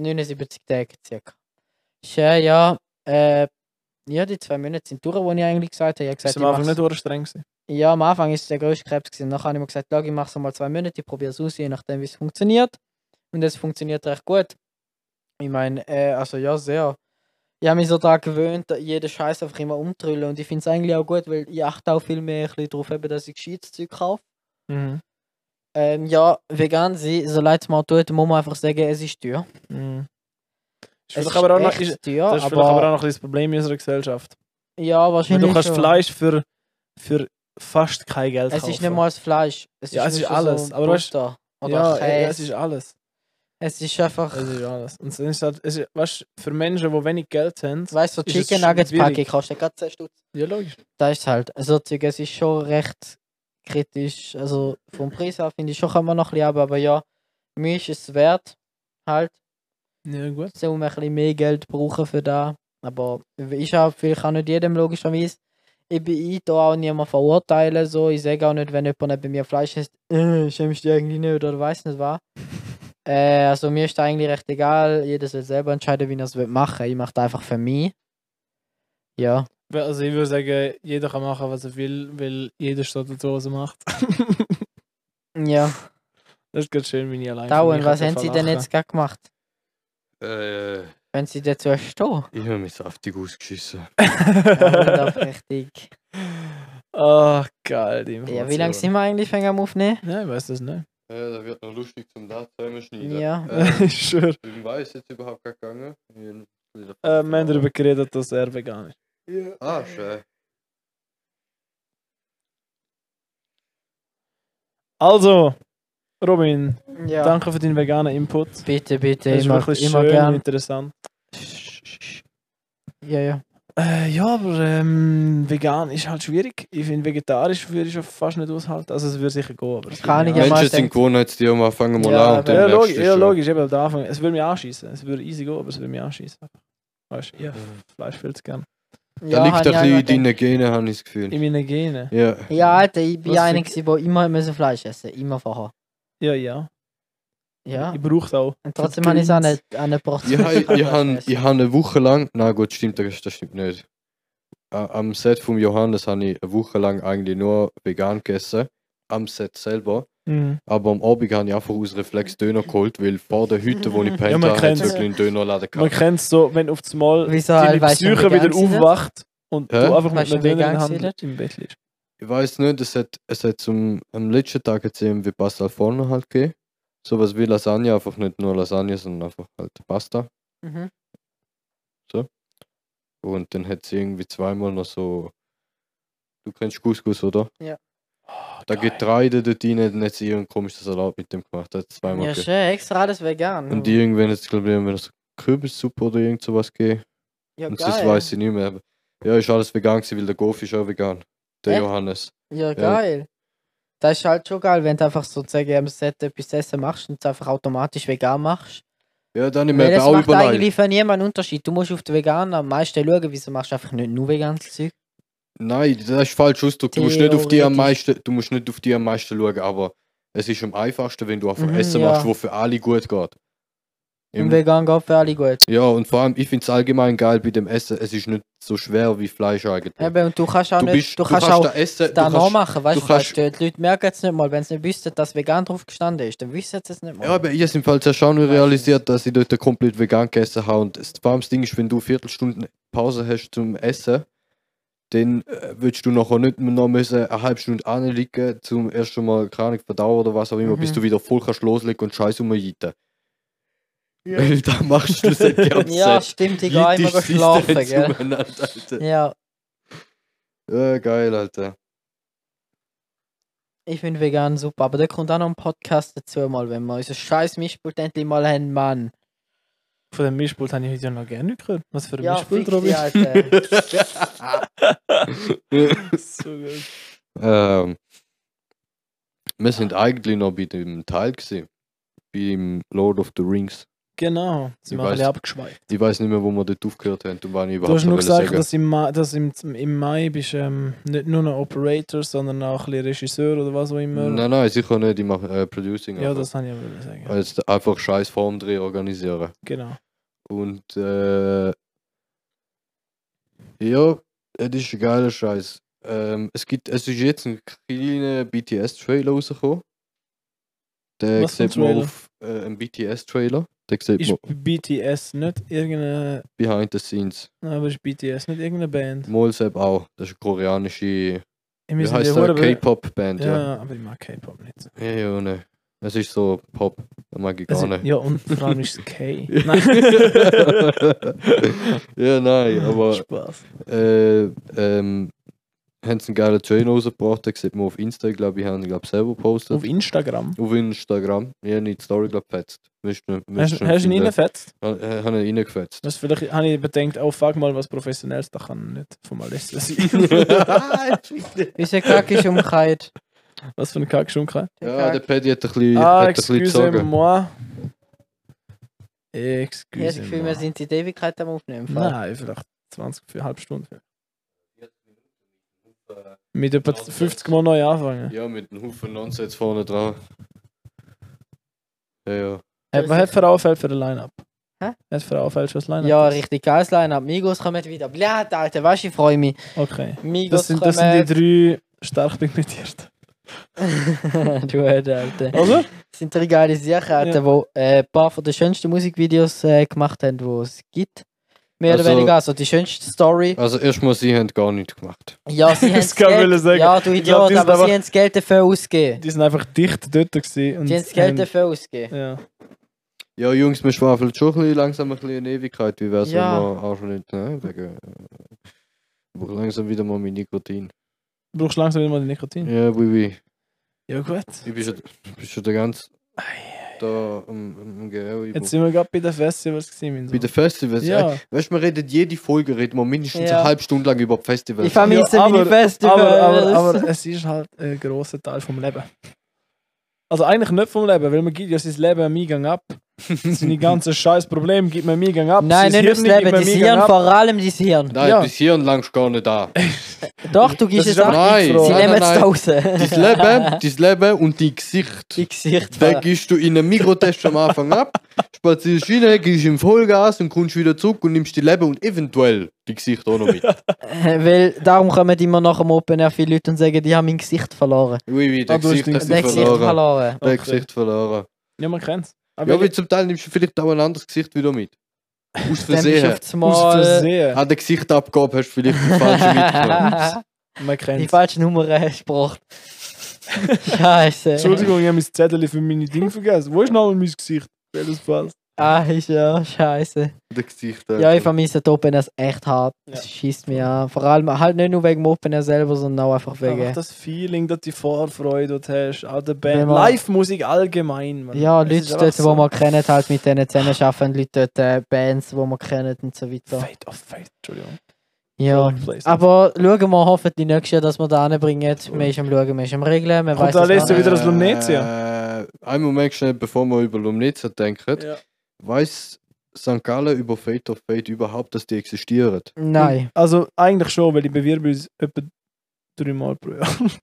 S3: 79 Tage circa. Schön, ja. Äh, ja, die zwei Monate sind durch, die ich eigentlich gesagt habe. Ich habe
S2: Ist
S3: gesagt,
S2: am
S3: ich
S2: Anfang
S3: mach's-
S2: nicht so streng gewesen.
S3: Ja, am Anfang ist es der größte Krebs gewesen. Nachher habe ich mir gesagt, schau, ich mache es mal zwei Monate, ich probiere es aus, je nachdem, wie es funktioniert. Und es funktioniert recht gut. Ich meine, äh, also ja, sehr. Ich habe mich so daran gewöhnt, da jeden Scheiß einfach immer umtrüllen. Und ich finde es eigentlich auch gut, weil ich achte auch viel mehr darauf, dass ich gescheites Zeug kaufe.
S2: Mhm.
S3: Ähm, ja, vegan sein, so leid es mir auch tut, muss man einfach sagen, es ist teuer.
S2: Mhm. Ist
S3: Es
S2: vielleicht aber auch noch,
S3: echt
S2: ist,
S3: teuer,
S2: das ist vielleicht
S3: aber,
S2: aber auch noch ein bisschen das Problem in unserer Gesellschaft.
S3: ja,
S2: Weil
S3: wahrscheinlich
S2: du kannst
S3: schon.
S2: Fleisch für, für fast kein Geld
S3: Es
S2: kaufen.
S3: ist nicht mal das Fleisch. Es
S2: Ja, es
S3: nur
S2: ist
S3: schon so
S2: alles, aber weißt-
S3: Butter oder
S2: ja,
S3: Käse.
S2: ja, es ist alles.
S3: es ist einfach...
S2: Es ist alles. Und dann ist halt, es ist, weißt, du, für Menschen, die wenig Geld haben,
S3: Weißt du, so
S2: Ist es
S3: Chicken Nuggets
S2: schwierig?
S3: Packung kostet gerade 10 Stutz.
S2: ja logisch.
S3: Da ist halt. So Zeug, es ist schon recht kritisch. Also vom Preis her finde ich schon, kann man noch ein bisschen haben, aber ja, mir ist es wert. Halt.
S2: Ja gut.
S3: Jetzt muss man ein bisschen mehr Geld brauchen für da. Aber ich habe vielleicht auch nicht jedem logischerweise. Ich bin ich da auch niemand verurteilen. So. Ich sage auch nicht, wenn jemand bei mir Fleisch isst, äh, schämst du dich eigentlich nicht oder weiß nicht was. Äh, also mir ist da eigentlich recht egal. Jeder soll selber entscheiden, wie er es machen will. Ich mache das einfach für mich. Ja.
S2: Weil, Also ich würde sagen, jeder kann machen, was er will, weil jeder steht dazu, was er macht.
S3: Ja,
S2: das ist ganz schön, wenn ich allein
S3: Dauen, was haben Sie denn jetzt gerade gemacht?
S1: Äh, ich
S3: Wenn Sie dazu stehen?
S1: habe mich saftig ausgeschissen.
S3: Aufrichtig.
S2: Ach, Ah, geil, die
S3: Ja, wie lange sind wir eigentlich fängt am Aufnehmen?
S2: Nein, ich weiß das nicht.
S1: Äh, da wird noch lustig zum da zusammenschneiden.
S3: Ja.
S1: Äh,
S2: Ich schwör.
S1: ich weiß jetzt überhaupt gar gegangen. Ich hab ein bisschen
S2: Äh, wir haben darüber geredet, dass er vegan ist.
S1: Ah, schön.
S2: Also, Robin,
S3: Ja.
S2: danke für deinen veganen Input.
S3: Bitte, bitte,
S2: Das ist
S3: immer,
S2: wirklich
S3: immer
S2: schön und
S3: gern.
S2: interessant.
S3: Ja, ja.
S2: Äh, ja, aber ähm, vegan ist halt schwierig. Ich finde, vegetarisch würde ich schon fast nicht aushalten. Also es würde sicher gehen, aber... es
S3: Kann
S2: würde mich
S3: ich ja
S2: auch-
S3: mal
S1: Menschen sind
S3: denkt-
S1: Gewohnheitstiere, wir fangen mal
S3: Ja,
S1: an und
S3: aber-
S2: Ja,
S1: dann
S2: logisch,
S1: merkst du
S2: ja,
S1: schon.
S2: logisch, eben am Anfang. Es würde mich anschießen. Es würde easy gehen, aber es würde mich anschießen. Weißt du, ja, Fleisch viel zu gern.
S1: Da
S3: hab
S1: liegt
S3: ich auch
S1: ein bisschen in
S3: gedacht.
S1: deinen Genen, habe ich das Gefühl.
S2: In meinen Genen.
S1: Ja.
S3: Ja, Alter, ich bin
S2: Was
S3: einer,
S2: für-
S3: gewesen, der immer müssen Fleisch essen Immer vorher.
S2: Ja, ja.
S3: Ja.
S2: Ich brauche es auch.
S3: Und trotzdem habe ich es auch nicht an der
S1: Ich
S3: Portion.
S1: habe ich han-
S3: Fleisch
S1: ich han eine Woche lang, na gut, stimmt, das das stimmt nicht. A- Am Set von Johannes habe ich eine Woche lang eigentlich nur vegan gegessen. Am Set selber.
S2: Mhm.
S1: Aber am Abend habe ich einfach aus Reflex Döner geholt, weil vor der Hütte, wo ich
S2: Ja,
S1: pennt habe,
S2: man
S1: hat es
S2: kennt's.
S1: wirklich einen Dönerladen
S2: Man
S1: gehabt.
S2: kennt es so, wenn auf das Mal
S3: Wieso,
S2: deine
S3: weißt du,
S2: Psyche
S3: wie
S2: wieder
S3: vegan sie sind?
S2: aufwacht und
S1: Hä?
S2: du einfach mit
S3: Weißt
S2: einer
S3: du, wie
S2: Döner in
S3: vegan
S2: der
S3: sie
S2: Hand im Bett liegst.
S1: Ich weiß nicht, es hat, es hat zum, am letzten Tag hat es eben wie Pasta al Forno halt gegeben. Sowas wie Lasagne, einfach nicht nur Lasagne, sondern einfach halt Pasta.
S3: Mhm.
S1: Und dann hat sie irgendwie zweimal noch so. Du kennst Couscous, oder? Ah, Da Getreide dort rein, dann hat sie irgendein komisches Salat mit dem gemacht. Hat zweimal
S3: Ja,
S1: gegeben.
S3: schön, extra alles vegan.
S1: Und irgendwann hat es, glaube ich, irgendwann so Kürbissuppe oder irgend sowas gegeben.
S3: ja,
S1: Und
S3: geil.
S1: das weiß ich nicht mehr. aber- Ja, ist alles vegan gewesen, weil der Gof ist auch vegan. Der
S3: Echt?
S1: Johannes.
S3: Ja, geil. Das ist halt schon geil, wenn du einfach sozusagen am Set etwas essen machst und es einfach automatisch vegan machst.
S1: Ja, dann habe ich mir
S3: Weil
S1: eben
S3: das
S1: auch
S3: macht
S1: überlegt.
S3: eigentlich für niemanden Unterschied. Du musst auf die Veganer am meisten schauen, wieso machst du einfach nicht nur veganes Zeug.
S1: Nein, das ist falsch ausgedrückt. Du musst nicht auf die am
S3: Theoretisch.
S1: meisten, du musst nicht auf die am meisten schauen, aber es ist am einfachsten, wenn du einfach
S3: Mhm,
S1: Essen
S3: ja.
S1: machst, wo für alle gut geht.
S3: Und
S1: Im-
S3: vegan geht für alle gut.
S1: ja, und vor allem, ich finde es allgemein geil bei dem Essen. Es ist nicht so schwer wie Fleisch eigentlich.
S3: Eben, und du kannst auch
S1: du,
S3: nicht,
S1: bist,
S3: du kannst, auch
S1: da essen, du
S3: da noch
S1: kannst,
S3: machen, weißt
S1: du
S3: du?
S1: kannst-
S3: weil Die Leute merken es nicht mal, wenn sie nicht wüssten, dass vegan drauf gestanden ist, dann wissen sie es nicht mal.
S1: Ja, aber ich habe im Fall zuerst auch nicht realisiert, dass ich dort komplett vegan gegessen habe. Und das- vor allem das Ding ist, wenn du Viertelstunden Pause hast zum Essen, dann äh, willst du nachher nicht mehr noch müssen eine halbe Stunde anliegen, zum ersten Mal keine Ahnung, verdauern oder was auch immer,
S3: Mhm.
S1: bis du wieder voll kannst loslegen und Scheiß umjiten.
S3: Ja.
S1: Weil da machst du seit Jahren.
S3: ja stimmt, ich gehe immer schlafen, gell?
S1: gell?
S3: Ja,
S1: Ja, geil, Alter.
S3: ich finde vegan super, aber da kommt auch noch ein Podcast dazu mal, wenn wir unseren scheiß Mischpult endlich mal haben, Mann.
S2: Von dem Mischpult habe ich heute ja noch gerne nicht gehört. Was für ein
S3: Ja,
S2: Mischpult,
S3: fick dich,
S2: Robin?
S3: Alter.
S2: So gut.
S1: Ähm, wir sind eigentlich noch bei dem Teil gewesen. Beim Lord of the Rings.
S2: Genau,
S1: Ich
S2: sind wir ein
S1: weiß.
S2: bisschen abgeschweift.
S1: Ich weiß nicht mehr, wo wir dort aufgehört haben und wann ich
S2: Du
S1: überhaupt
S2: hast nur
S1: noch
S2: gesagt,
S1: sagen.
S2: dass, im Mai, dass im, im Mai bist ähm, nicht nur ein Operator, sondern auch ein bisschen Regisseur oder was auch immer.
S1: Nein, nein, sicher nicht. Ich mache äh, Producing.
S2: ja,
S1: aber-
S2: das habe ich ja wollen sagen.
S1: Als einfach scheiß Formdreh organisieren.
S2: Genau.
S1: Und äh, ja, es ist ein geiler Scheiß. Ähm, es, gibt, es ist jetzt ein kleiner BTS-Trailer rausgekommen. Der
S2: Was für ein
S1: sieht man
S2: Trailer?
S1: auf äh, einem BTS-Trailer. Der sieht
S2: Ist
S1: man
S2: BTS nicht irgendeine.
S1: behind the scenes.
S2: Nein, aber ist BTS nicht irgendeine Band?
S1: Molsep auch. Das ist eine koreanische
S2: Ich
S1: wie
S2: muss
S1: heißt
S2: ja
S1: der?
S2: hure be-
S1: K-Pop-Band, ja.
S2: Ja, aber ich mag K-Pop nicht. so.
S1: Ja, ja, ne. Es ist so Pop. Das mag ich gar
S2: Also,
S1: nicht.
S2: ja, und vor allem ist es K.
S1: ja, nein, aber
S2: Spaß.
S1: äh, ähm, haben sie einen geilen Trailer rausgebracht, den sieht man auf Insta, ich glaube, ich habe ihn glaub, selber gepostet. Auf,
S2: Auf Instagram.
S1: Instagram. Ich habe die Story, glaube ich, gefetzt. Müsst ihr- müsst
S2: Hast
S1: ihr
S2: hast du ihn
S1: finden.
S2: reingefetzt?
S1: Äh, äh, Habe ihn reingefetzt.
S2: Das vielleicht habe ich bedenkt, oh fuck mal was Professionelles, da kann nicht von mal lässt Ah,
S3: Unser Kack ist um umgekehrt.
S2: Was für ein Kack schon kann.
S1: ja, der Paddy hat ein bisschen,
S2: Ah,
S1: hat ein bisschen
S2: excuse
S1: gezogen.
S2: moi.
S3: Ich habe das
S2: Excuse
S3: Gefühl, wir
S2: moi.
S3: sind die Ewigkeit am Aufnehmen. im Fall.
S2: Nein, vielleicht 20, für eine halbe Stunde. Mit etwa 50 Mal neu anfangen.
S1: Ja, mit einem Haufen Nonsens vorne dran. Ja, ja.
S2: Hat man hat für Aufhell für ein Line-Up?
S3: Hä?
S2: Hat für Aufhell für ein Line-Up?
S3: Ja, richtig geiles Line-Up. Migos kommen wieder. Blöd, Alter, weißt du, ich freue mich.
S2: Okay.
S3: Migos
S2: Das sind, das sind die drei stark pigmentiert.
S3: kommen. du Hörde, Alter.
S2: Also?
S3: Das sind drei geile Sachen, Alter, wo äh, ein paar von den schönsten Musikvideos äh, gemacht haben, die es gibt. Mehr
S1: Also-
S3: oder weniger, also die schönste Story.
S1: Also erstmal, sie haben gar nichts gemacht.
S3: Ja, sie haben
S2: Das
S3: das
S2: kann ich
S3: Geld,
S2: sagen.
S3: Ja, du
S2: Ich
S3: Idiot,
S2: glaub, die sind
S3: aber
S2: einfach-
S3: sie haben das Geld dafür ausgegeben.
S2: Die ähm, sind einfach dicht dort gewesen. Und
S3: Sie haben das Geld
S2: haben-
S3: dafür ausgegeben.
S2: Ja.
S1: Ja, Jungs, wir schwafeln schon ein bisschen langsam ein bisschen in Ewigkeit. Wie wär's,
S3: Ja.
S1: wenn wir auch schon nicht, ne? Wegen, äh, ich brauche langsam wieder mal meine Nikotin.
S2: Du brauchst langsam wieder mal die Nikotin.
S1: Ja, oui, oui.
S2: Ja, gut.
S1: Ich bin schon, ich bin schon der ganze. Da am um, um, GL. Ich
S2: Jetzt
S1: brauch-
S2: sind wir gerade bei den Festivals gesehen. Mein
S1: Bei
S2: Sohn.
S1: den Festivals. Ja.
S2: ja,
S1: Weißt du, man redet jede Folge, redet man mindestens
S3: Ja.
S1: eine halbe Stunde lang über die Festivals.
S3: Ich vermisse
S2: Ja,
S3: meine
S2: aber-
S3: Festivals.
S2: aber, aber, aber es ist halt ein grosser Teil vom Leben. Also eigentlich nicht vom Leben, weil man gibt ja sein Leben am Eingang ab. Seine ganzen scheiß Probleme gibt mir mir gang ab.
S3: Nein,
S2: Sein
S3: nicht nur das
S2: Hirn gibt
S3: Leben,
S2: mir
S3: dein
S2: mir
S3: Hirn,
S2: gang ab.
S3: vor allem dein Hirn.
S1: Nein,
S2: Ja.
S1: bis hier und langst gar nicht an.
S3: Doch, du gibst
S2: ist
S3: es
S2: aber-
S3: ab.
S1: Nein,
S2: Sie
S3: Sie
S1: nein,
S3: nehmen
S1: nein,
S3: es da
S1: nein.
S3: raus.
S1: Dein Leben, dein Leben und dein Gesicht.
S3: Die Gesicht.
S1: Dann gehst du in einen Mikrotest am Anfang ab, spazierst rein, gehst im Vollgas und kommst wieder zurück und nimmst die Leben und eventuell die Gesicht auch noch mit.
S3: Weil darum kommen immer nach dem Open Air viele Leute und sagen, die haben mein Gesicht verloren.
S1: Ui, wie,
S2: Ah,
S1: der
S2: du hast
S1: Gesicht
S2: dein
S1: hast
S3: Der
S1: du
S3: Gesicht
S1: verloren.
S3: verloren.
S1: Der
S2: Okay.
S1: Gesicht verloren.
S2: Ja, man kennt es.
S1: Ja, wie zum Teil nimmst du vielleicht auch ein anderes Gesicht wieder mit. Aus
S3: Dann bist du
S1: Versehen.
S3: auf
S2: aus
S3: einmal...
S2: Versehen.
S1: An der Gesichtabgabe hast du vielleicht die falsche mitgenommen.
S2: Man
S3: Die
S2: kennt es.
S3: falsche Nummer gesprochen. Scheiße.
S2: Entschuldigung, ich habe mein Zettel für meine Dinge vergessen. Wo ist nochmal mein Gesicht? Welches Fall?
S3: Ah, ist ja scheiße.
S1: Der Gesicht.
S3: Ja, ich vermisse die Open Airs echt hart. Das schießt mir an. Vor allem halt nicht nur wegen dem Open Air selber, sondern auch einfach
S2: Einfach
S3: wegen.
S2: das Feeling, dass du die Vorfreude dort hast. Auch der
S3: Wenn
S2: Band.
S3: man-
S2: Live-Musik allgemein. Mann.
S3: Ja,
S2: Es
S3: Leute
S2: ist einfach
S3: dort, die
S2: so-
S3: wir kennen, halt mit denen zusammenarbeiten, Leute dort, äh, Bands, die wir kennen und so weiter.
S2: Fate of Fate, oh, Entschuldigung.
S3: Ja.
S2: Product Placement.
S3: Aber schauen wir hoffentlich nächstes Jahr, dass wir da hinbringen. Wir ist am Schauen, wir ist am Regeln, man
S2: Kommt
S3: weiß
S2: da
S3: es
S2: letztes
S3: noch
S2: Jahr wieder
S3: nicht.
S2: aus Lumnezia?
S1: Äh, einen Moment schnell, bevor wir über Lumnezia denken.
S2: Ja.
S1: Weiß St. Gallen über Fate of Fate überhaupt, dass die existieren?
S3: Nein.
S2: Also eigentlich schon, weil ich bewirbe uns etwa dreimal pro Jahr.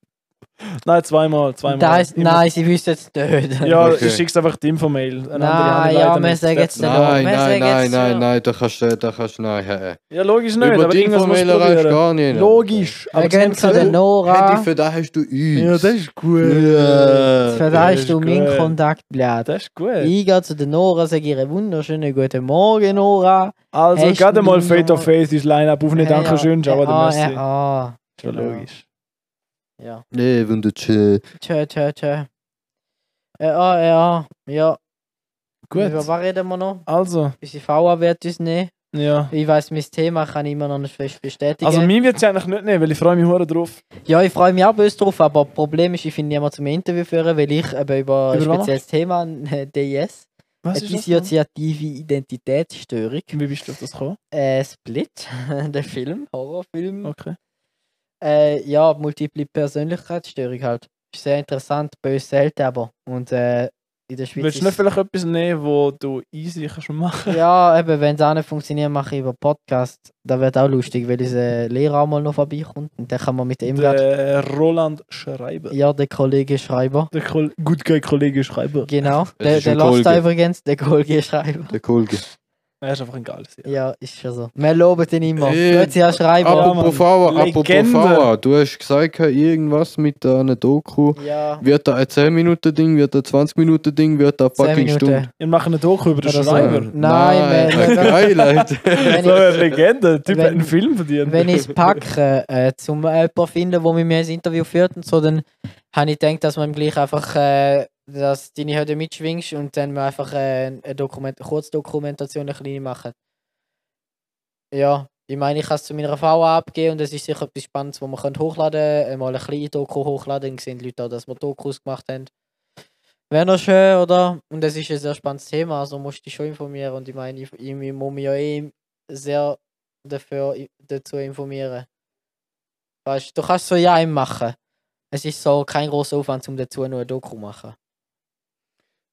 S2: nein, zweimal, zweimal.
S3: Das heißt,
S2: Immer-
S3: nein, sie wissen es nicht.
S2: Ja,
S1: Okay.
S2: du schickst einfach die Infomail. an andere
S3: Nein,
S2: Leute,
S3: ja,
S2: damit
S3: wir
S2: sie
S3: sagen
S2: das-
S3: jetzt-
S1: Nein,
S3: Wir
S1: nein,
S3: sagen
S1: nein,
S3: jetzt
S1: nein,
S3: schon.
S1: nein, da kannst du, da kannst du, nein, hä, hä.
S2: Ja, logisch nicht,
S1: Über
S2: aber
S1: die
S2: irgendwas musst du
S1: informelle reicht
S2: probieren.
S1: gar nicht.
S2: Logisch.
S3: Wir
S2: sie
S3: gehen
S2: haben
S3: zu der
S2: gesagt-
S3: Nora.
S1: Handy, für das hast du uns.
S2: ist gut.
S3: Für
S1: Ja.
S3: da
S2: Das
S3: hast du
S2: ist
S3: meinen
S2: gut.
S3: Kontakt, Blatt.
S2: Das ist gut.
S3: Ich gehe zu der Nora, sage ihr wunderschönen guten Morgen, Nora.
S2: Also,
S3: Hast
S2: gerade
S3: du
S2: mal
S3: noch-
S2: Fate of Fate ist Line-Up aufnehmen.
S3: Ja,
S2: Danke schön,
S3: ja,
S2: ciao, der
S3: ah,
S2: Messi.
S3: ja, ah.
S2: Ist ja logisch.
S3: Ja.
S1: Nee, wenn du chill.
S3: Tschö, tschö, tschö. Äh, ah, ja, ja. Über
S2: Gut.
S3: was reden wir noch?
S2: Also,
S3: Unsere VA wird uns nehmen.
S2: ja.
S3: Ich weiss, mein Thema kann ich immer noch nicht fest bestätigen.
S2: Also, mir wird es eigentlich nicht nehmen, weil ich freue mich hure drauf.
S3: ja, ich freue mich auch böse drauf, aber das Problem ist, ich finde niemanden zum Interview führen, weil ich eben über ein
S2: Über was
S3: spezielles Thema, äh, DIS, eine dissoziative Identitätsstörung,
S2: Wie bist du auf das gekommen?
S3: äh, Split, der Film, Horrorfilm,
S2: Okay.
S3: Äh, ja, multiple Persönlichkeitsstörung halt. Ist sehr interessant, bei uns selten aber. Und äh, in der Schweiz.
S2: Willst du nicht
S3: ist-
S2: vielleicht etwas nehmen, wo du easy kannst machen
S3: ja, eben, wenn es auch nicht funktioniert, mache ich über Podcast. Da wird auch lustig, weil unser Lehrer auch mal noch vorbeikommt. Und dann kann man mit ihm grad-
S2: Der Roland Schreiber.
S3: Ja, der Kollege Schreiber.
S2: Der Kol gut geil Kollege Schreiber.
S3: Genau.
S1: Es
S3: der
S1: ist
S3: der
S1: ein
S3: lässt da
S1: Kollege.
S3: übrigens, der Kollege Schreiber.
S1: Der Kolge.
S2: Er ist einfach ein geiles. Ja.
S3: Ja, ist schon so. Wir loben ihn immer.
S1: Äh,
S3: Grüezi, Herr Schreiber.
S2: Mann.
S1: Apropos Fauer, apropos
S2: Legende.
S1: Fauer. Du hast gesagt, irgendwas mit einer Doku.
S3: Ja,
S1: Wird da ein 10-Minuten-Ding, wird da ein 20-Minuten-Ding, wird da eine
S3: 10
S1: fucking
S3: Minuten.
S1: Stunde.
S2: Wir machen eine Doku über den
S3: Oder so.
S2: Schreiber.
S3: Nein,
S1: Nein, geil, Leute.
S3: Wenn
S2: So
S3: ich-
S2: eine Legende. Der Typ
S3: wenn-
S2: hat einen Film verdient.
S3: wenn ich es packe, äh, zum jemanden finden, der mit mir ein Interview führt und so, dann habe ich gedacht, dass man ihm gleich einfach äh, dass deine Hürde mitschwingst und dann wir einfach äh, eine Dokument Kurzdokumentation eine kleine machen. Ja, ich meine, ich kann es zu meiner VA abgeben und es ist sicher etwas Spannendes, was man könnte hochladen könnte. Mal eine kleine Doku hochladen, dann sehen die Leute auch, dass wir Dokus gemacht haben. Wäre noch schön, oder? Und es ist ein sehr spannendes Thema, also musst du dich schon informieren. Und ich meine, ich, ich, ich muss mich ja eh sehr dafür i- dazu informieren. Weißt du, du kannst so ja im machen. Es ist so kein großer Aufwand, um dazu nur ein Doku machen.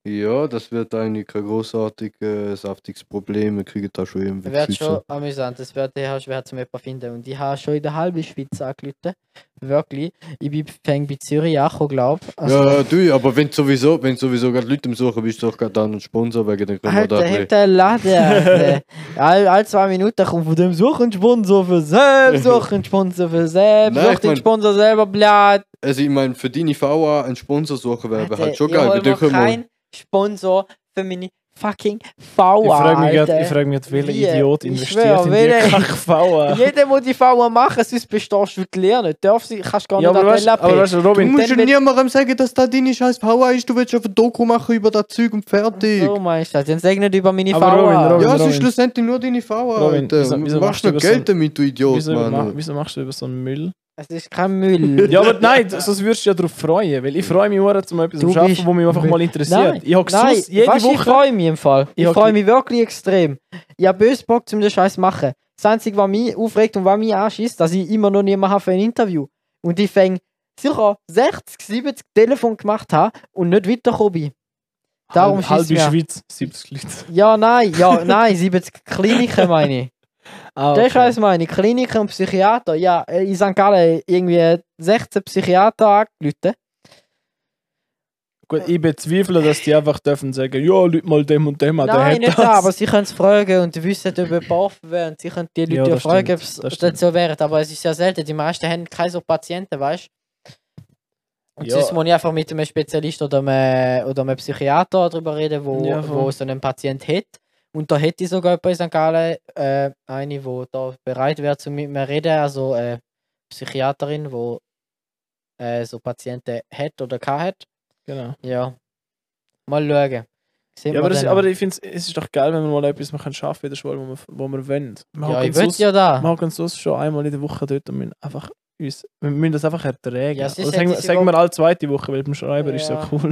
S1: Ja, das wird eigentlich kein großartiges, saftiges Problem. Wir kriegen da schon irgendwie
S3: Das wird schon amüsant, das wird eher schwer zum jemanden finden. Und ich habe schon in der halben Schweiz angerufen. Wirklich. Ich bin fäng bei Zürich angekommen, glaube ich. Also,
S1: Ja, ja, du, aber wenn du sowieso, wenn du sowieso gerade Leute am Suchen bist, doch gerade dann einen Sponsor wegen, dann können wir da
S3: Alter,
S1: ein
S3: hebt Halt, der Laden. Alter. all, all zwei Minuten kommt von dem Suchen Sponsor für selbst, Suchen Sponsor für selbst,
S1: Nein,
S3: such
S1: ich
S3: den
S1: mein-
S3: Sponsor selber, blatt.
S1: Also ich meine, für deine VA einen Sponsor suchen wäre aber
S3: Alter,
S1: halt schon
S3: ich
S1: geil.
S3: hol
S1: weil dann
S3: mir
S1: können wir-
S3: kein Sponsor für meine fucking
S2: ich
S3: VA,
S2: frage mich, grad-
S3: Alter.
S2: ich frag mich grad, welcher
S3: Wie?
S2: Idiot
S3: Ich
S2: investiert
S3: schwör,
S2: in
S3: welcher-
S2: die Kachfauer.
S3: Jeder muss die VA machen, sonst bestehst du die Lehre nicht. Darf sie, kannst gar
S2: Ja,
S3: nicht
S2: aber weißt aber weißt du,
S1: Du
S2: Robin,
S1: musst
S3: Dann
S1: ja
S3: wird-
S1: niemandem sagen, dass da deine scheiß VA ist. Du willst schon ein Doku machen über das Zeug und fertig.
S3: So meinst du das? Oh Dann sag nicht über meine
S2: Aber
S3: VA.
S2: Robin, Robin,
S1: ja, es
S2: Robin.
S1: ist schlussendlich nur deine VA,
S2: Robin,
S1: Alter.
S2: wieso- wieso
S1: du machst
S2: machst du
S1: noch
S2: über so
S1: Geld damit, du Idiot,
S2: wieso, ma-
S1: Mann.
S2: wieso machst du über so einen Müll?
S3: Es ist kein Müll.
S2: Ja, aber nein, d- sonst würdest du ja darauf freuen, weil ich freue mich auch, zum etwas
S3: Du
S2: zu schaffen,
S3: bist-
S2: wo mich einfach mal interessiert.
S3: Nein,
S2: ich habe
S3: Nein,
S2: sonst jede
S3: weißt, du, ich
S2: Woche...
S3: freue mich im Fall. Ich
S2: Ja, okay.
S3: freue mich wirklich extrem. Ich habe böse Bock, um den Scheiß zu machen. Das Einzige, was mich aufregt und was mich anschießt, dass ich immer noch niemanden habe für ein Interview. Und ich fange sicher 60, 70 Telefon gemacht habe und nicht weitergekommen bin. Darum
S2: Halb- halbe
S3: schiessen wir.
S2: Halt, Schweiz, 70 Leute.
S3: Ja, nein, ja, nein, 70 Kliniken meine ich.
S2: Ah,
S3: Das ist alles meine. Kliniken und Psychiater. Ja, äh, in St. Gallen irgendwie 16 Psychiater angelüten.
S2: Gut, ich bezweifle, dass die einfach dürfen sagen, ja, Leute mal dem und dem an, der
S3: Nein,
S2: hat
S3: nicht
S2: das.
S3: da, aber sie können es fragen und wissen, ob jemand offen wäre. Und sie können die Leute
S2: Ja,
S3: ja,
S2: das
S3: fragen,
S2: stimmt,
S3: ob es
S2: das
S3: ob
S2: stimmt.
S3: das so wäre. Aber es ist ja selten. Die meisten haben keine so Patienten, weißt du? Und
S2: Ja.
S3: sonst muss ich einfach mit einem Spezialist oder einem, oder einem Psychiater darüber reden, wo,
S2: Ja, voll.
S3: wo so einen Patient hat. Und da hätte ich sogar jemand in St. Gallen, äh, eine, die da bereit wäre, zu mit mir reden, also äh, Psychiaterin, die äh, so Patienten hat oder keine hat.
S2: Genau.
S3: Ja. Mal schauen. Sieht
S2: Ja,
S3: man
S2: aber, das,
S3: dann
S2: aber
S3: noch.
S2: ich finde, es ist doch geil, wenn wir mal etwas machen schaffen in der Schule, wo wir, wo wir wollen. Wir
S3: ja,
S2: hocken
S3: ich will
S2: sonst-
S3: ja da.
S2: Wir hocken sonst schon einmal in der Woche dort und müssen einfach uns, wir müssen das einfach ertragen.
S3: Ja,
S2: Ja,
S3: es
S2: das
S3: ist
S2: sagen, wir,
S3: jetzt
S2: sagen wir alle zweite Woche, weil beim Schreiber ist
S3: Ja.
S2: so cool.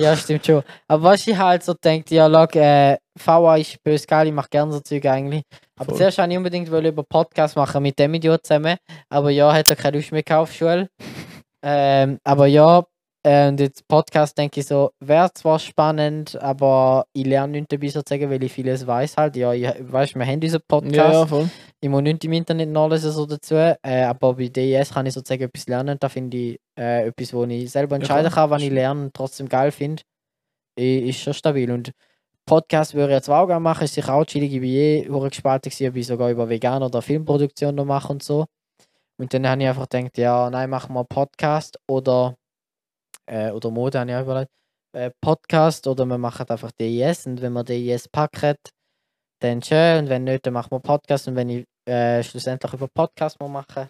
S3: Ja, stimmt schon. Aber was ich halt so denke, ja, schau, äh, VA ist böse geil, ich mache gerne so Zeug eigentlich. Aber
S2: Voll.
S3: zuerst wollte ich unbedingt wollen über Podcast machen mit dem Idiot zusammen. Aber ja, hat er keine Lust mehr gehabt auf Schule. Ähm, aber ja, äh, und jetzt Podcast denke ich so, wäre zwar spannend, aber ich lerne nichts dabei sozusagen, weil ich vieles weiß halt. Ja, ich weiß, wir haben diesen Podcast.
S2: Ja, ja, voll.
S3: Ich muss nichts im Internet nachlesen so dazu, äh, aber bei DIS kann ich sozusagen etwas lernen. Da finde ich äh, etwas, wo ich selber entscheiden
S2: klar,
S3: kann, wann ich
S2: stimmt.
S3: lerne und trotzdem geil finde. I- Ist schon stabil. Und Podcast würde ich jetzt auch gerne machen, ist sicher auch chillig. Ich bin eh hure gespalten, gewesen, ob ich sogar über Vegan oder Filmproduktion noch mache und so. Und dann habe ich einfach gedacht, ja, nein, machen wir Podcast oder, äh, oder Mode, habe ich auch überlegt. Äh, Podcast oder wir machen einfach DIS und wenn wir DIS packen, dann schön und wenn nicht, dann machen wir Podcast und wenn ich äh, schlussendlich über Podcast mal machen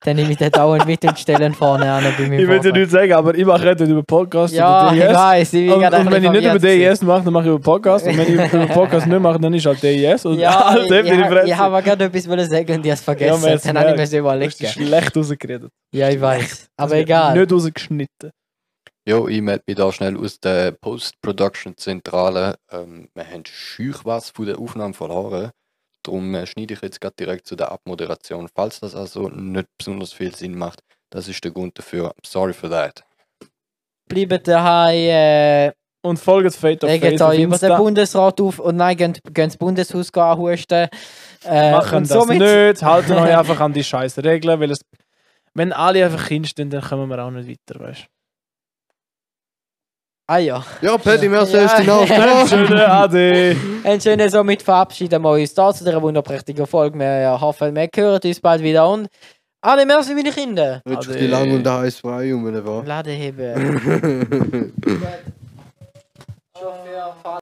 S3: dann nehme ich den dauernd mit und stelle ihn vorne an bei mir.
S2: Ich will dir nichts sagen, aber ich mache heute über Podcast
S3: Ja,
S2: oder
S3: ich
S2: DES.
S3: weiß, ich bin
S2: Und,
S3: gerade ein
S2: und wenn ich
S3: bisschen
S2: nicht über
S3: verwirrt gewesen.
S2: DES mache, dann mache ich über Podcast. Und wenn ich über Podcast nicht mache, dann ist halt DES. Und
S3: Ja,
S2: all dem
S3: ich,
S2: bin ich
S3: ich, ich
S2: verletzt.
S3: habe gerade etwas wollen sagen und ich habe es
S2: Ja,
S3: vergessen.
S2: man hat's
S3: dann habe ich mir
S2: gemerkt.
S3: so
S2: Du hast
S3: überlegt.
S2: dich schlecht rausgeredet.
S3: Ja, ich weiß.
S2: Das
S3: Aber
S2: wird
S3: egal.
S2: Nicht rausgeschnitten.
S1: Jo, ich melde mich da schnell aus der Post-Production-Zentrale. Ähm, wir haben schüch was von der Aufnahme verloren. Darum äh, schneide ich jetzt gerade direkt zu der Abmoderation, falls das also nicht besonders viel Sinn macht. Das ist der Grund dafür. Sorry for that.
S3: Bleibt daheim, äh,
S2: Und folgt Fate of
S3: regt
S2: Faith auf
S3: euch über den
S2: Insta.
S3: Bundesrat auf und nein, geht, geht ins Bundeshaus gehen, husten. Äh,
S2: Machen
S3: und
S2: das nicht. Halten euch einfach an die scheiß Regeln, weil es... Wenn alle einfach hinstehen, dann kommen wir auch nicht weiter, weißt
S3: Ah ja.
S1: Ja, Paddy, wir
S3: Ja.
S1: sehen uns
S2: du. Schöne Ade.
S3: Ein schönes äh, somit verabschieden wir uns da zu dieser wunderprächtigen Folge. Wir hoffen, wir hören uns bald wieder und alle merci meine Kinder.
S1: Willst du
S2: Ade.
S1: die lang und heiß frei um,
S3: Laden heben.
S1: oder was?
S3: Schon für Vater.